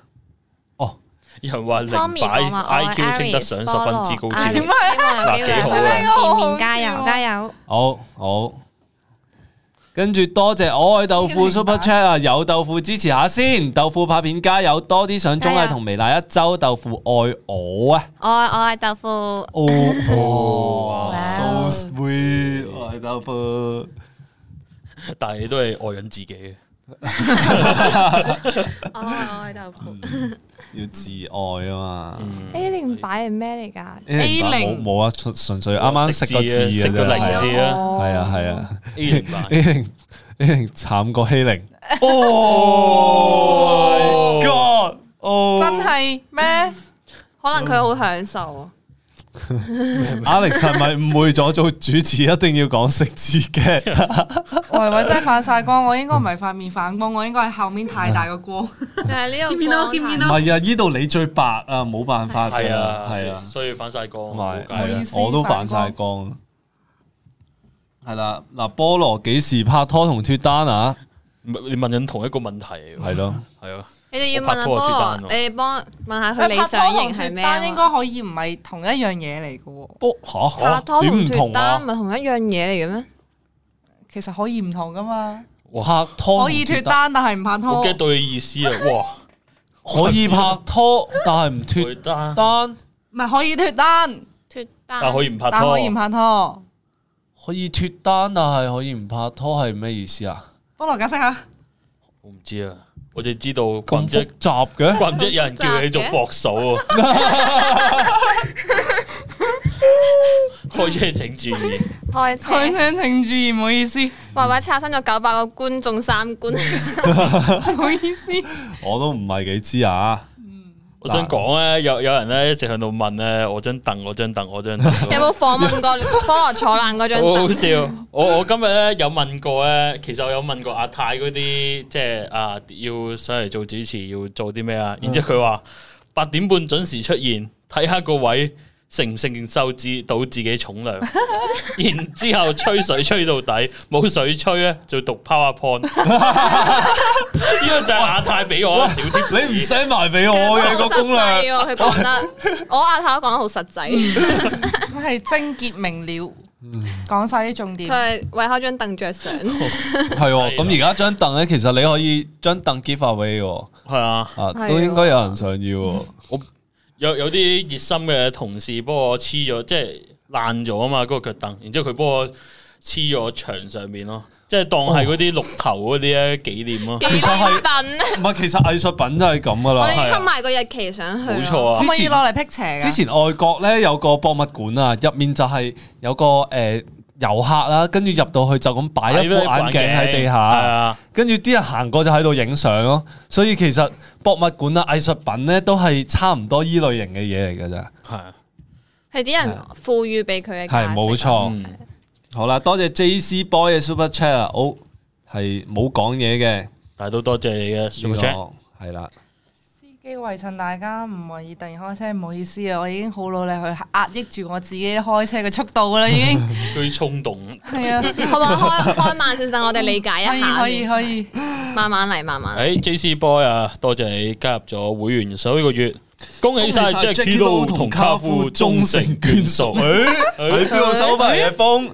S2: 有人话零
S4: Tommy 講話
S2: 摆
S4: 我
S2: IQ
S4: 係
S2: 升得上十
S4: Aries 啊
S2: 分之高超
S4: 菠蘿，
S2: 嗱
S4: ，Aries，希望有機會
S2: 幾好啊
S4: 見面加
S3: 好
S4: 油
S3: 好笑啊
S4: 加油！
S1: 好好，跟住多謝我愛豆腐
S3: 呢個明白
S1: Super Chat 啊，有豆腐支持下先，豆腐拍片加油，多啲上綜
S4: 加
S1: 藝
S4: 油
S1: 同微辣一周，豆腐愛我啊！
S4: 我我係豆腐，
S1: 哦哦
S4: 哇
S1: s w e e t 愛豆腐。
S2: 但系你都系爱紧自己嘅。
S4: 我我係豆腐。
S2: 嗯
S1: 要自愛啊嘛。
S4: A 零擺係咩嚟㗎
S1: A 零
S3: 零
S1: 冇啊，純純粹啱啱食個字
S2: 食字啊食個
S1: 嘅
S2: 零
S1: 啫，
S2: 字
S3: 哦
S2: 啊
S1: 係啊係啊
S2: A 零版
S1: ，A 零 A 零慘過欺凌。哦 God！哦
S3: 真係 咩？
S4: 可能佢好享受。啊
S1: Alex 係咪誤會咗做主持一定要講食字嘅？
S3: 維維真係反晒光，我應該唔係塊面反光，我應該係後面太大個光。
S4: 就係呢個
S3: 見唔見到見唔
S1: 唔
S3: 見到
S1: 係啊，呢度你最白啊，冇辦法
S2: 系
S1: 㗎啦，
S2: 啊，
S1: 係啊。
S2: 所以反晒光，
S1: 同埋
S2: 冇計
S1: 係
S3: 好
S1: 啊
S3: 意，思
S1: 我都反晒光。係啦，嗱，菠蘿幾時拍拖同脱單啊？
S2: 你問緊同一個問題嚟喎，
S1: 係咯，
S2: 係啊，
S4: 你哋要問阿
S2: 我拍拖啊哦
S4: 菠
S2: 脱單喎
S4: 蘿，你哋幫問 下佢理想型係咩啊
S3: 但？應該可以唔係同一樣嘢嚟嘅喎，
S1: 波
S4: 拍
S1: 吓
S4: 拖
S1: 點
S4: 同
S1: 唔
S4: 脱
S1: 同啊
S4: 單？咪同一樣嘢嚟嘅咩？
S3: 其實可以唔同噶嘛，
S1: 拍拖
S3: 可以脱
S1: 脱，
S3: 單但係唔拍
S2: 我
S1: 哦
S3: 拖。
S2: get 到你意思啊，哇，
S1: 可以拍拖，但係唔脱
S2: 佢單，
S1: 單，
S3: 唔係可以脱單，
S4: 脱
S2: 但啊可以唔拍
S3: 但
S2: 拖
S3: 可，以唔拍拖。
S1: 可以脱單，但係可以唔拍拖，係咩意思啊？
S3: 菠蘿解釋下，
S2: 我唔知啊，我哋知道怪唔
S1: 咁
S2: 知
S1: 複雜嘅。
S2: 怪唔知有人叫你做霍手啊， 開車請注意，
S4: 開
S3: 佢
S4: 車，
S3: 聲請注意，唔好意思，唔
S4: 華華刷新咗九百個觀眾三觀，
S3: 好意思。
S1: 我都唔係幾知啊。
S2: 我想講咧，有有人咧一直喺度問咧，我張凳，我張凳，我張凳，
S4: 有冇訪問過菠蘿坐爛嗰張
S2: 好好
S4: 凳？
S2: 笑！我我今日咧有問過咧，其實我有問過阿泰嗰啲，即係啊要上嚟做主持要做啲咩啊？
S4: 嗯
S2: 然之後佢話八點半準時出現，睇下個位承唔承受至到自己重 量，然之後吹水吹到底，冇水吹咧就讀 PowerPoint。呢個就係阿泰俾我嘅小貼
S1: 你唔
S2: 士。
S1: send 埋俾我嘅
S4: 啊
S1: 個攻略，
S4: 佢講得，我阿太都講得好實際，
S1: 嗯
S3: 佢係精結明了，講晒啲重點
S4: 佢。係為開張凳着想，
S1: 哦係喎。咁而家張凳咧，其實你可以將凳 give away 喎，
S2: 係啊，
S1: 啊，
S4: 係喎
S1: 都應該有人想要喎。
S2: 有有啲熱心嘅同事幫我黐咗，即係爛咗啊嘛，嗰、個腳凳，然之後佢幫我黐咗牆上面咯，即係當係嗰啲綠頭嗰啲咧紀念咯
S4: 幾，
S1: 其實係
S4: 品。啊
S1: 唔係，其實藝術品都係啊咁噶
S4: 我
S1: 啦。
S4: 哋 cut 埋個日期上去，
S2: 冇錯。啊
S3: 可，唔可以
S1: 之前
S3: 攞嚟辟邪
S1: 之
S3: 㗎？
S1: 前外國咧有個博物館啊，入面就係有個诶遊客啦，跟住入到去就咁
S2: 啊
S1: 擺一副眼鏡喺地
S2: 係
S1: 下，
S2: 啊，
S1: 跟住啲人行過就喺度影相咯。所以其實博物館啊、藝術品咧都係差唔多依類型嘅嘢嚟㗎咋。
S2: 係啊
S4: 係啲人賦予俾佢嘅價值
S1: 啊係冇錯。
S2: 嗯
S1: 好啦，多謝 J C Boy 嘅 Super Chat 啊，好係冇講嘢嘅
S2: 但係都多謝你嘅 super chat，
S1: 呢個係啦，
S3: 司機為襯大家唔為意突然開車，唔好意思啊，我已經好努力去壓抑住我自己開車嘅速度㗎啦，已經
S2: 佢衝動，
S3: 係啊，
S4: 好唔好？開開慢少少，我哋理解一
S3: 可以
S4: 下，
S3: 可以可以。
S4: 慢慢嚟，慢慢
S2: 誒
S4: 嚟。
S2: 哎 J C boy 啊，多謝你加入咗會員首一個月，恭喜晒 Jackie Lou 同卡夫終成眷屬，哎
S1: 喺邊度收埋嘅風？誒
S2: 誒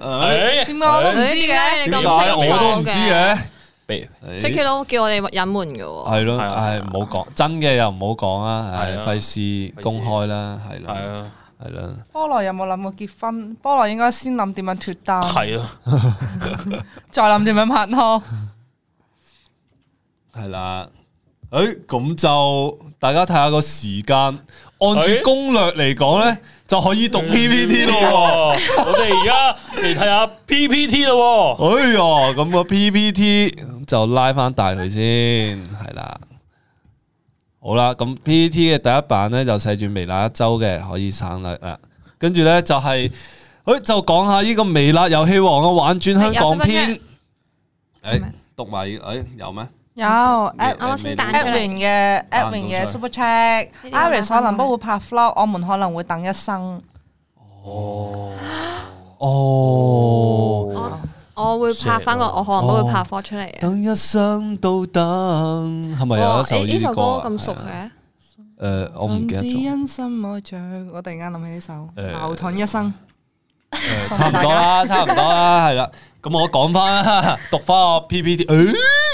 S3: 點解我都唔
S4: 誒
S3: 知
S4: 點解
S3: 嘅？
S4: 你
S1: 點
S4: 咁
S1: 解
S4: 清
S1: 我都唔知
S4: 楚
S1: 嘅？
S2: 俾
S4: Jacky 都叫我哋隱瞞嘅喎，
S1: 系咯，
S2: 係啊
S1: 唉，唔好講真嘅又唔好講啦，唉
S2: 係，啊
S1: 費事公開啦，係
S2: 係
S1: 啦。
S2: 啊，
S1: 系啦，
S3: 菠蘿有冇諗過結婚？菠蘿應該先諗點樣脱單，
S2: 系啊，
S3: 再諗點樣拍拖。
S1: 系啦。诶，咁就大家睇下個時間，按住
S2: 哎
S1: 攻略嚟講咧，就可以讀
S2: 嗯
S1: PPT 咯
S2: 咯。我哋而家嚟睇下 PPT 咯喎。
S1: 喎。哎呀，咁個 PPT 就拉翻大佢先，係啦。好啦，咁 PPT 嘅第一版咧就寫住微辣一周嘅，可以省略啦。跟住咧就係，哎就講下呢個微辣遊戲王嘅玩轉香港篇。诶，讀埋，诶有咩？
S3: 有 Ed-
S4: 啱啱先彈出嚟
S3: Edwin 嘅 Edwin
S1: 彈唔到
S3: 嘅
S1: 出嚟
S3: Super Check，
S4: 呢啲我
S3: Iris 可
S4: 諗
S3: 能
S4: 翻佢
S3: 不會拍 vlog，我們可能會等一生。
S1: 哦。
S4: 我我會拍翻個，我可能都會拍科出嚟嘅。
S1: 等一生到等，系咪有
S4: 哇
S1: 一首
S4: 哦誒呢首
S1: 歌
S4: 歌
S1: 啊
S4: 咁熟？
S1: 係啊
S4: 嘅，
S1: 诶，我唔記得
S3: 怎知
S1: 咗，
S3: 因心愛着，我突然間諗起呢首
S1: 誒
S3: 《矛盾一生》。
S1: 誒差唔多啦，差唔多啦，係啦。咁我講翻啦， 讀翻我 PPT，诶，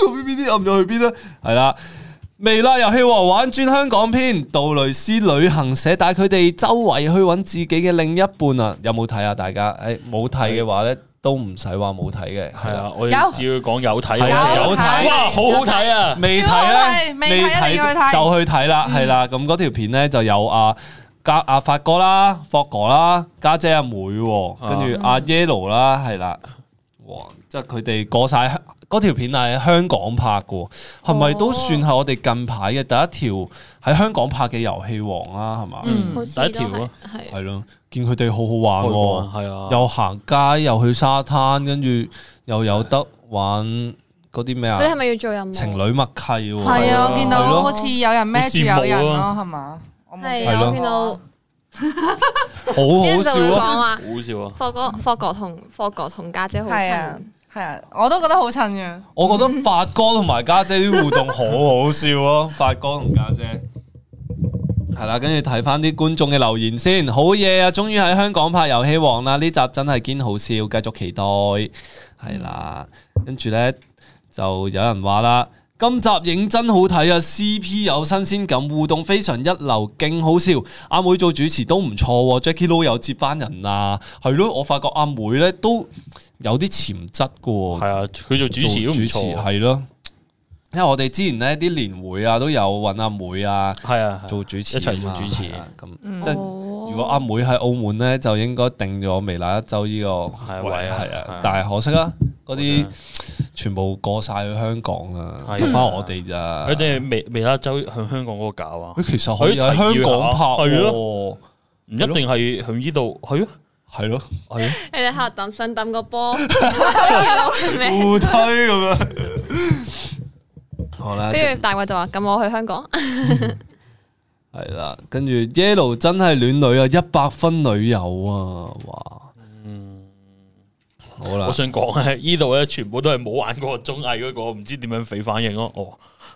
S1: 我 PPT 暗咗去邊啦？係啦。微辣遊戲王玩轉香港篇，杜蕾斯旅行社帶佢哋周圍去揾自己嘅另一半啊！有冇睇啊？大家誒冇睇嘅話咧，都唔使話冇睇嘅，
S2: 系
S1: 係啦
S2: 啊，。我
S3: 有
S2: 哋只要講有睇，
S1: 係啊有睇
S2: 哇，好好睇啊！
S1: 未睇咧，
S3: 超好睇未睇一定要去睇
S1: 就去睇啦，係啦。咁嗰條片咧就有阿家阿發哥啦、霍哥啦、家姐阿妹喎，
S2: 啊
S1: 跟住阿 Yellow 啦，係啦。哇！即係佢哋過晒香嗰條片係香港拍嘅喎，係咪都算係我哋近排嘅第一條喺香港拍嘅遊戲王啊啦？係嘛？
S3: 嗯
S4: 好似
S2: 第一條
S4: 都係
S2: 啊
S4: 係
S1: 係咯，見佢哋好好玩喎。
S2: 系啊，
S1: 又行街，又去沙灘，跟住又有得玩嗰啲咩啊
S4: 佢？哋係咪要做任務？
S1: 情侶默契喎，
S3: 係啊，我見到
S1: 係咯
S3: 好似有人孭住有人咯，係嘛？我冇
S4: 係
S3: 記
S1: 係
S4: 啊，
S1: 咯
S4: 我
S3: 錯
S4: 見到
S1: 好好
S4: 啲人就
S1: 笑
S4: 會講
S1: 啊！
S4: 話
S2: 好笑啊！
S4: 霍哥、霍哥同霍哥同家姐好
S3: 係啊
S4: 親。，
S3: 係啊，我都覺得好襯嘅。
S1: 我覺得發哥同埋家姐啲互動好好笑咯，發哥同家姐。係啦，跟住睇翻啲觀眾嘅留言先，好嘢啊！終於喺香港拍遊戲王啦，呢集真係堅好笑，繼續期待。係啦，跟住呢，就有人話啦，今集認真好睇啊，CP 有新鮮感，互動非常一流，勁好笑。阿妹做主持都唔錯喎，Jackie Lou 有接班人啊，係咯，我發覺阿妹呢都有啲潛質噶喎。
S2: 係啊，佢做主持
S1: 做
S2: 都唔
S1: 主持
S2: 錯，
S1: 係咯。因為我哋之前呢啲年會啊，都有揾阿妹啊
S2: 係啊，
S1: 做主持
S2: 一齊做
S1: 啊嘛
S2: 主持
S1: 係啊咁
S3: 嗯
S1: 即係
S4: 哦
S1: 如果阿妹喺澳門呢，就應該定咗微辣一周呢個
S2: 係
S1: 位
S2: 位
S1: 係
S2: 啊係
S1: 啊
S2: 啊。
S1: 但係可惜啊，嗰
S2: 係
S1: 啲
S2: 啊
S1: 全部過晒去香港啦，
S2: 係啊
S1: 得翻我哋咋。
S2: 佢哋未未啦，周向香港嗰個搞啊，
S1: 佢其實可以喺香港拍
S2: 可以提議下係
S1: 喎，
S2: 唔一定係向呢度，係啊，
S1: 係咯，
S2: 係啊，
S4: 你哋喺度抌想抌個 波，跟
S1: 互推咁樣。 好啦，
S4: 住大衛就話：咁我去 香港，
S1: 系啦，跟住 Yellow 真係戀女啊，一百分女友啊，哇！好啦
S2: 我，想講咧，呢度咧全部都係冇玩過綜藝嗰個，唔知點樣肥反應咯。哦，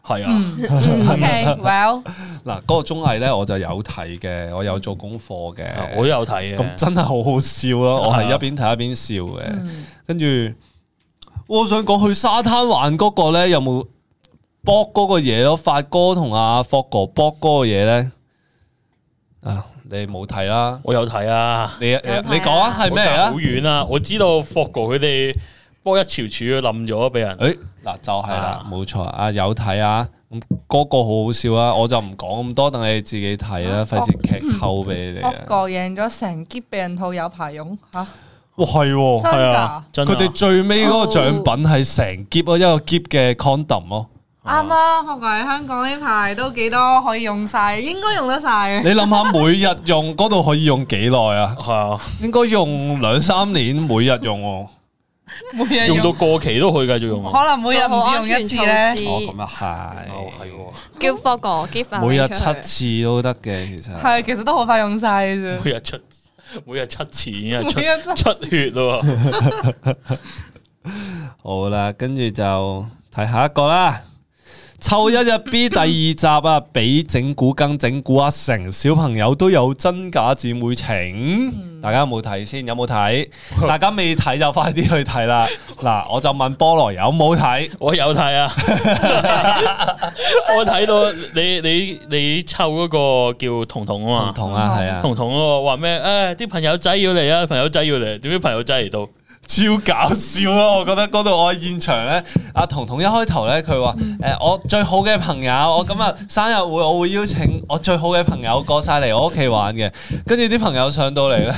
S2: 係啊，
S1: 嗯
S3: OK，well，
S1: 嗱，嗰個綜藝咧我就有睇嘅，我有做功課
S2: 啊
S1: 嘅，
S2: 我都有睇嘅。
S1: 嗯咁真係好好笑咯！我係一邊睇一邊笑嘅，
S4: 嗯
S1: 跟住我想講去沙灘玩嗰個咧，有冇搏嗰個嘢咯？發哥同阿霍哥搏嗰個嘢咧，啊，你冇睇啦，
S2: 我有睇啊，
S1: 你你
S4: 睇啊
S1: 你講啊，係咩嚟
S2: 我
S1: 啊
S2: 隔好？遠啊，我知道霍哥佢哋波一潮柱冧咗俾人。
S1: 诶，嗱就係啦
S2: 啊，
S1: 冇錯啊，有睇啊，咁嗰個好好笑啊，我就唔講咁多，等你自己睇啦，費事劇透俾你哋
S3: 霍
S1: 啊。
S3: 哥贏咗成結避孕套有排用吓，
S1: 哇，係
S3: 真
S1: 喎，
S2: 係
S3: 㗎
S2: 啊，真啊
S1: 佢哋最尾嗰個獎品係成夾咯，一個夾嘅 condom 咯。
S3: 啱啦！霍哥喺香港呢排都幾多可以用晒，應該用得晒嘅。
S1: 你諗下，每日用嗰度可以用幾耐 啊？
S2: 係啊，
S1: 應該用兩三年，每日用喎。
S3: 每日
S2: 用到過期都可以繼續用啊。
S3: 可能每日唔
S4: 做好
S3: 止用一次咧
S4: 安全。
S1: 哦，
S4: 措
S1: 咁
S2: 哦
S1: 啊
S2: 係喎，
S4: 施叫 f 哥 give 啊
S1: 係，每日
S4: 你出去
S1: 七次都得嘅，其實。
S3: 係，其實都好快用晒嘅 啫。
S2: 每日出 每日出錢，已經係
S3: 每日
S2: 出
S3: 真
S2: 出血咯。
S1: 好啦，跟住就睇下一個啦。凑一日 B 第二集啊，俾整蠱更整蠱阿成，小朋友都有真假姊妹情，大家有冇睇先？有冇 睇？大家未睇就快啲去睇啦。嗱，我就問菠蘿有冇睇？
S2: 我有睇啊， 我睇到你你你湊嗰個叫彤彤
S1: 唔
S2: 啊嘛，
S1: 同啊，係啊，
S2: 彤彤嗰個話咩？诶，啲朋友仔要嚟啊，朋友仔要嚟，點知朋友仔嚟到？
S1: 超搞笑啊咯！我覺得嗰度我喺現場咧，阿彤彤一開頭咧，佢話嗯誒我最好嘅朋友，我今日生日會我會邀請我最好嘅朋友過晒嚟我屋企玩嘅，跟住啲朋友上到嚟咧，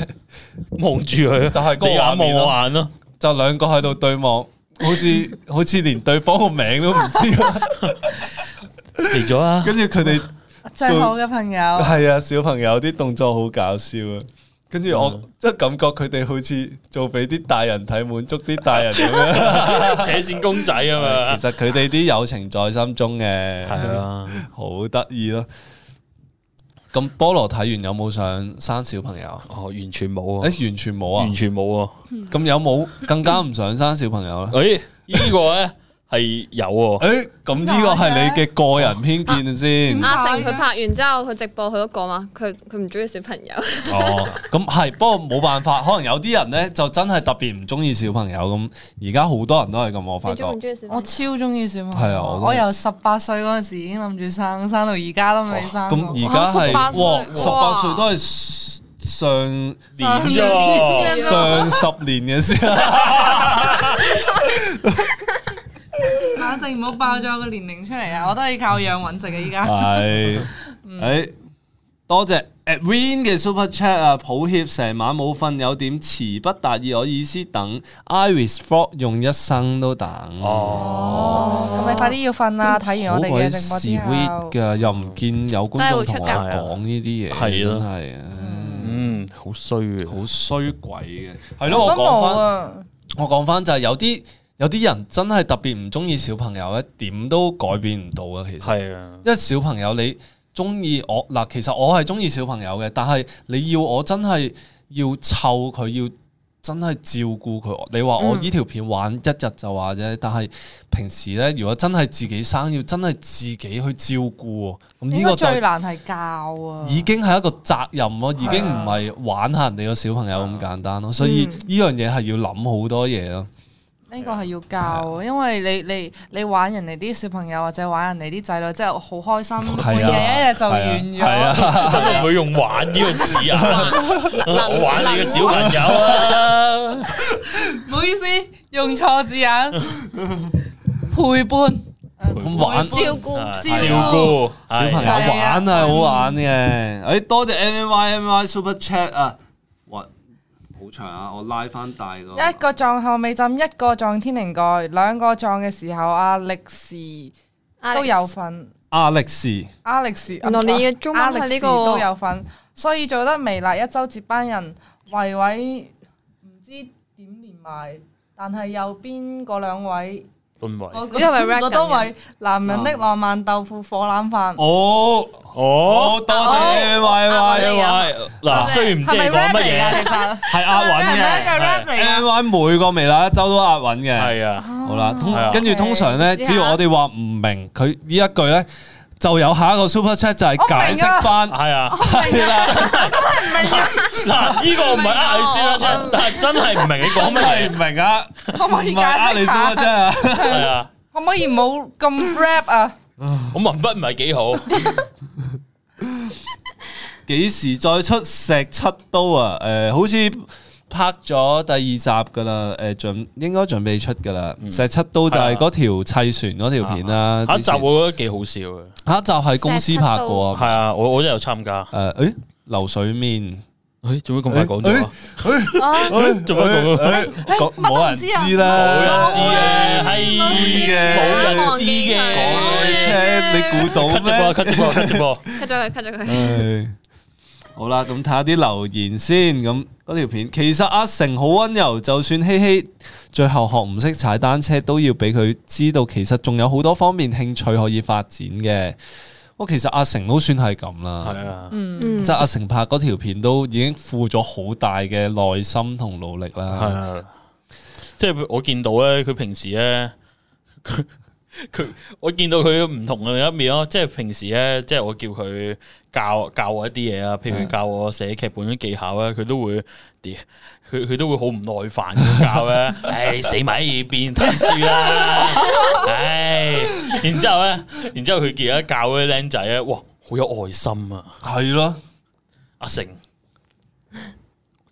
S2: 望住佢，
S1: 就係嗰個
S2: 你
S1: 畫
S2: 眼啊望
S1: 面咯
S2: 我眼咯。
S1: 就兩個喺度對望，好 似好似連對方個名都唔知，啊
S2: 嚟咗 啊！
S1: 跟住佢哋
S3: 最好嘅朋友，
S1: 係啊小朋友啲動作好搞笑啊！跟住我
S2: 嗯
S1: 即係感覺佢哋好似做俾啲大人睇，滿足啲大人咁 樣。
S2: 扯線公仔啊嘛，
S1: 其實佢哋啲友情在心中嘅。
S2: 係啊，
S1: 好得意咯！咁菠蘿睇完有冇想生小朋友？
S2: 哦，完全冇啊，
S1: 诶、完全冇啊
S2: 完！全冇啊，
S1: 咁有冇更加唔想生小朋友 咧？
S2: 诶，呢個咧係有喎，
S1: 诶、咁呢個係你嘅個人偏見先。
S3: 啊
S5: 阿成佢拍完之後，佢直播佢都講話，佢佢唔中意小朋友，
S1: 哦，咁係，不過冇辦法，可能有啲人咧就真係特別唔中意小朋友咁。而家好多人都係咁， 我發
S5: 你
S1: 覺
S5: 中唔中意小
S3: 我
S5: 朋友？
S3: 超中意小朋
S1: 係啊
S3: 友，
S1: 我都
S3: 我由十八歲嗰阵时已經諗住生，生到而家都未生過。
S1: 哦咁而家係
S5: 哇18歲
S1: 哇，啊十八
S5: 哇
S1: 歲都係上。
S2: 年啫喎，
S1: 上啊十年嘅事，
S3: 阿正啊唔好爆咗我個年齡出嚟啊！我都係靠養揾食啊嘅依家。
S1: 哦系，诶，多謝 Edwin 嘅 Super Chat 啊，抱歉成晚冇瞓，有點詞不達意，我意思等 Iris Frog 用一生都等。
S3: 哦，咁你快啲要瞓啦！睇完
S1: 好
S3: 我哋
S1: 鬼
S3: 嘅直播
S1: s
S3: 之
S1: w e e
S3: 後
S1: t 嘅，又唔見有觀眾同我
S5: 真係
S2: 會出㗎
S1: 講呢啲嘢，
S2: 係
S1: 真
S2: 咯
S1: 係唉
S2: 嗯，好衰啊，
S1: 好衰鬼嘅。係咯，
S3: 都
S1: 我講
S3: 冇
S1: 翻。
S3: 啊。
S1: 我講翻就係有啲有啲人真係特別唔中意小朋友咧，點都改變唔到嘅。其實，
S2: 係啊，
S1: 因為小朋友你中意我嗱，其實我係中意小朋友嘅，但係你要我真係要湊佢，要真係照顧佢。你
S3: 嗯
S1: 話我呢條片玩一日就話啫，但係平時咧，如果真係自己生，要真係自己去照顧喎。咁呢
S3: 應
S1: 個就
S3: 該最難係教啊！
S1: 已經係一個責任咯，已經唔係玩下人哋個小朋友咁簡單咯。所以
S3: 嗯
S1: 呢樣嘢係要諗好多嘢咯。
S3: 呢個係要教啊，因為你你你玩人哋啲小朋友或者玩人哋啲仔女，真係好開心，半
S1: 係啊
S3: 夜一日就完
S1: 係啊
S3: 咗。
S2: 唔會用玩呢個字啊，我玩你個小朋友啊，
S3: 唔好意思，用錯字眼，陪伴
S1: 咁玩
S3: 陪
S1: 小
S3: 伴
S5: 照顧
S2: 啊照
S1: 朋
S2: 顧
S1: 友
S2: 係
S3: 係啊
S1: 玩係好玩嘅。
S5: 啊
S1: 誒，多謝 M M Y M Y Super Chat 啊！哇，好長啊！我拉翻大個
S3: 一個撞後尾枕，一個撞天靈蓋，兩個撞嘅時候，阿力士
S4: 啊
S3: 都有份，啊
S1: 壓力士，
S3: 阿力士
S5: 原來你嘅中文
S3: 阿力
S5: 係呢
S3: 士
S5: 個
S3: 都有份，所以做得微辣一周接班人維維唔知點連埋，但係右邊嗰兩位。
S2: 淪為
S3: 我
S5: 因為 rap 緊嘅
S3: 我都為男人的浪漫豆腐火腩飯，
S1: 哦，
S2: 哦
S1: 好，多謝 M Y M Y
S5: 我
S2: 啊嗱，雖然唔知你講乜嘢，
S3: 嘢？
S2: 係啊押韻
S3: 係咪一
S2: 嘅，
S3: 個 rap 嚟
S1: M
S3: 㗎？
S1: Y 每個微辣一周都押韻嘅。
S2: 係啊，
S1: 好啦，通
S2: 係啊
S1: 跟住通常咧，
S5: 嗯試下
S1: 只要我哋話唔明佢呢一句咧，就有下一個 Super Chat 就係解釋翻。
S2: 係啊。
S1: 係啦，
S2: 嗱，呢個唔係呃你先啦，真係真係唔明你講
S1: 真
S2: 乜
S1: 係
S2: 嘢
S1: 唔明啊，
S3: 可唔可
S1: 唔
S3: 以
S1: 係呃
S3: 解
S1: 你
S3: 釋
S1: Super
S3: 下？
S1: Chat 啊！
S2: 係啊！
S3: 可唔可以唔好咁 rap 啊？
S2: 我文筆唔係幾好，
S1: 幾時再出石七刀啊？誒、好似拍咗第二集噶啦，誒、準應該準備出噶啦。
S2: 嗯
S1: 石七刀就係嗰條砌船嗰條片啦。
S2: 啊下一
S1: 之
S2: 啊集
S1: 前
S2: 我覺得幾好笑嘅。
S1: 下一集係公司拍過啊。
S2: 係啊，我我都有參加。
S1: 誒，誒流水面，
S2: 誒，做咩咁快講咗啊？做乜講咗？
S1: 講冇人知
S2: 啊冇人
S1: 啦，
S2: 知嘅，係冇人知
S1: 講
S2: 嘅。
S1: 俾你聽，你估到
S2: cut 直播
S1: 咩？
S2: ，cut 直播，cut 直播。
S5: cut 咗佢，cut 咗佢。
S1: 唉好啦，咁睇下啲留言先。咁嗰條片，其實阿成好温柔，就算希希最後學唔識踩單車，都要俾佢知道，其實仲有好多方面興趣可以發展嘅。哇，其實阿成都算係咁啦，
S2: 係啊，
S1: 即係阿成拍嗰條片都已經付咗好大嘅耐心同努力
S2: 係
S1: 啦。
S2: 啊，即係我見到咧，佢平時咧，佢佢我見到佢唔同嘅一面咯，即係平時咧，即係我叫佢教教我一啲嘢啊，譬如教我寫劇本嘅技巧咧，佢都會屌佢佢都會好唔耐煩咁教咧，唉死埋喺耳邊睇書啦，唉，然之後咧，然之後佢而家教嗰啲僆仔咧，哇，好有愛心啊，
S5: 系咯，
S2: 阿成，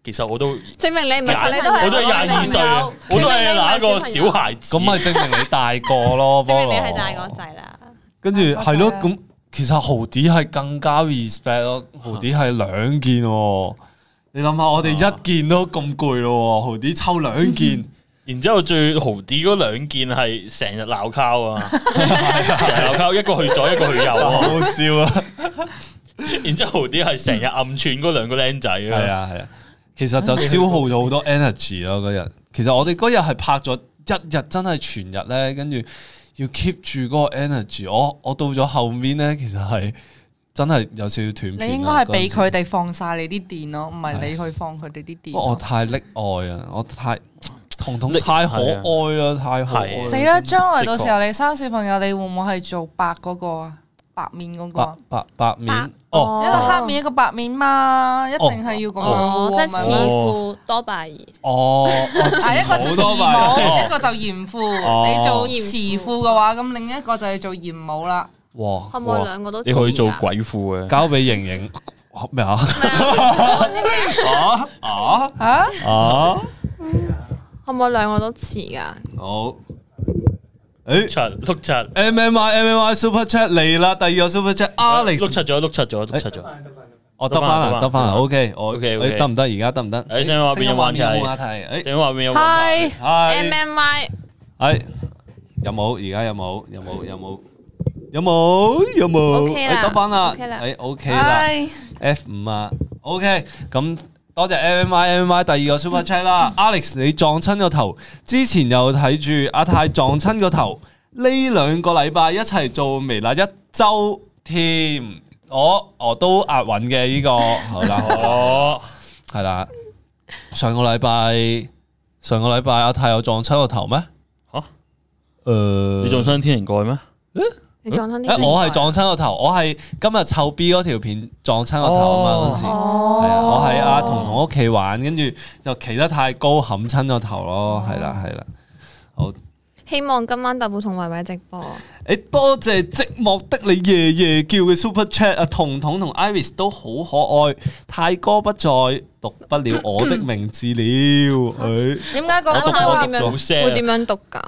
S2: 其實我都。
S4: 證明你唔
S2: 廿
S4: 係你都係
S2: 我都係廿二歲啊，我都係那個小孩子。
S5: 咁咪證明你大 個咯，
S1: 證
S5: 菠
S1: 明你係大
S5: 蘿。
S1: 個仔啦。
S5: 跟住
S3: 大個
S5: 係咯，
S3: 仔啊
S5: 咁其實豪啲係更加 respect 咯，豪啲係兩件喎。你諗下，我哋一件都咁攰咯喎，豪啲抽兩件，
S2: 然之後最豪啲嗰兩件係成日鬧交啊， 成日鬧交，一個去左，一個去右 啊。
S5: 好笑 啊！
S2: 然之後豪啲係成日暗串嗰兩個僆仔
S5: 系啊系啊，其實就消耗咗好多 energy 咯嗰日。其實我哋嗰日係拍咗一日，真係全日咧，跟住要 keep 住嗰個 energy。我我到咗後面咧，其實係真係有少少斷片。啊
S3: 你應該係俾佢。哋放晒你啲電咯，唔係你去放佢哋啲電
S5: 不過我
S3: 咯。
S5: 太溺愛啊，我太彤彤
S2: 溺
S5: 太可愛啦，太可愛啊
S2: 係
S5: 啦。
S3: 死啦！
S5: 真係
S3: 將來到時候你生小朋友，你會唔會係做白嗰個啊？白面嗰個
S5: 白
S3: 啊？
S5: 白白面
S1: 白
S5: 哦，
S3: 一個黑面一個白面嘛，一定係要咁
S4: 哦，即
S3: 樣喎
S4: 係慈
S3: 咪
S2: 似
S4: 父多敗兒，
S5: 哦，
S3: 係一個
S5: 好
S3: 慈
S5: 多白
S3: 母，
S5: 人
S3: 一個就嚴父。
S5: 哦
S3: 你做慈父嘅話，咁另一個就係做嚴母啦。
S5: 哇
S4: 可唔可以
S5: 哇，
S4: 兩個都
S2: 你可以做
S4: 似㗎
S2: 鬼父啊！
S5: 交俾盈盈咩啊？啊啊
S3: 啊，
S5: 啊！
S4: 可唔可以兩個都似㗎？
S5: 好，诶
S2: 出碌柒，
S5: ，M M I M M I Super Chat 嚟啦，第二個 Super
S2: 碌
S5: Chat Alex，
S2: 柒咗，碌柒咗，碌柒咗。
S5: 我得翻啦，得
S2: 得
S5: 翻
S2: 返
S5: 啦
S2: 啦
S5: ，OK，我
S2: OK，OK
S5: 誒得唔得？而家得唔得？
S2: 誒想話邊個話題
S5: 聲音話題？誒，
S2: 正話面有冇
S3: 係
S5: 係
S4: M，M I
S5: 係有冇？而家有冇？有冇？有冇？有冇？有冇？
S4: OK 啦
S5: 誒得翻啦，
S4: OK 啦
S5: 誒 OK 啦
S3: 唉，
S5: ，F 五啊，OK，咁。多謝 M M I M M I 第二個 Super Chat 啦，Alex 你撞親個頭，之前又睇住阿泰撞親個頭，呢兩個禮拜一齊做微辣一周添，我我都押韻嘅呢個，好啦好啦。
S2: 哦，
S5: 系啦，上个礼拜上个礼拜阿泰有撞亲个头咩？
S2: 吓
S5: 诶、
S2: 你仲想天人蓋咩？
S4: 你撞親啲
S5: 誒我系撞亲个头，我系今日凑 B 嗰条片撞亲个头啊嘛
S2: 哦
S5: 嗰陣時，係
S4: 哦
S5: 啊，我喺阿彤彤屋企玩，跟住就企得太高冚亲个头咯，系啦系啦。
S4: 希望今晚特步同維維直播，
S5: 诶，多謝寂寞的你夜夜叫嘅 Super Chat 啊，彤彤同 Iris 都好可愛。泰哥不在，讀不了我的名字了。诶、
S3: 點解嗰個
S4: 泰
S3: 話
S4: 會點樣
S2: 好 sad 啊
S4: 會點樣讀㗎？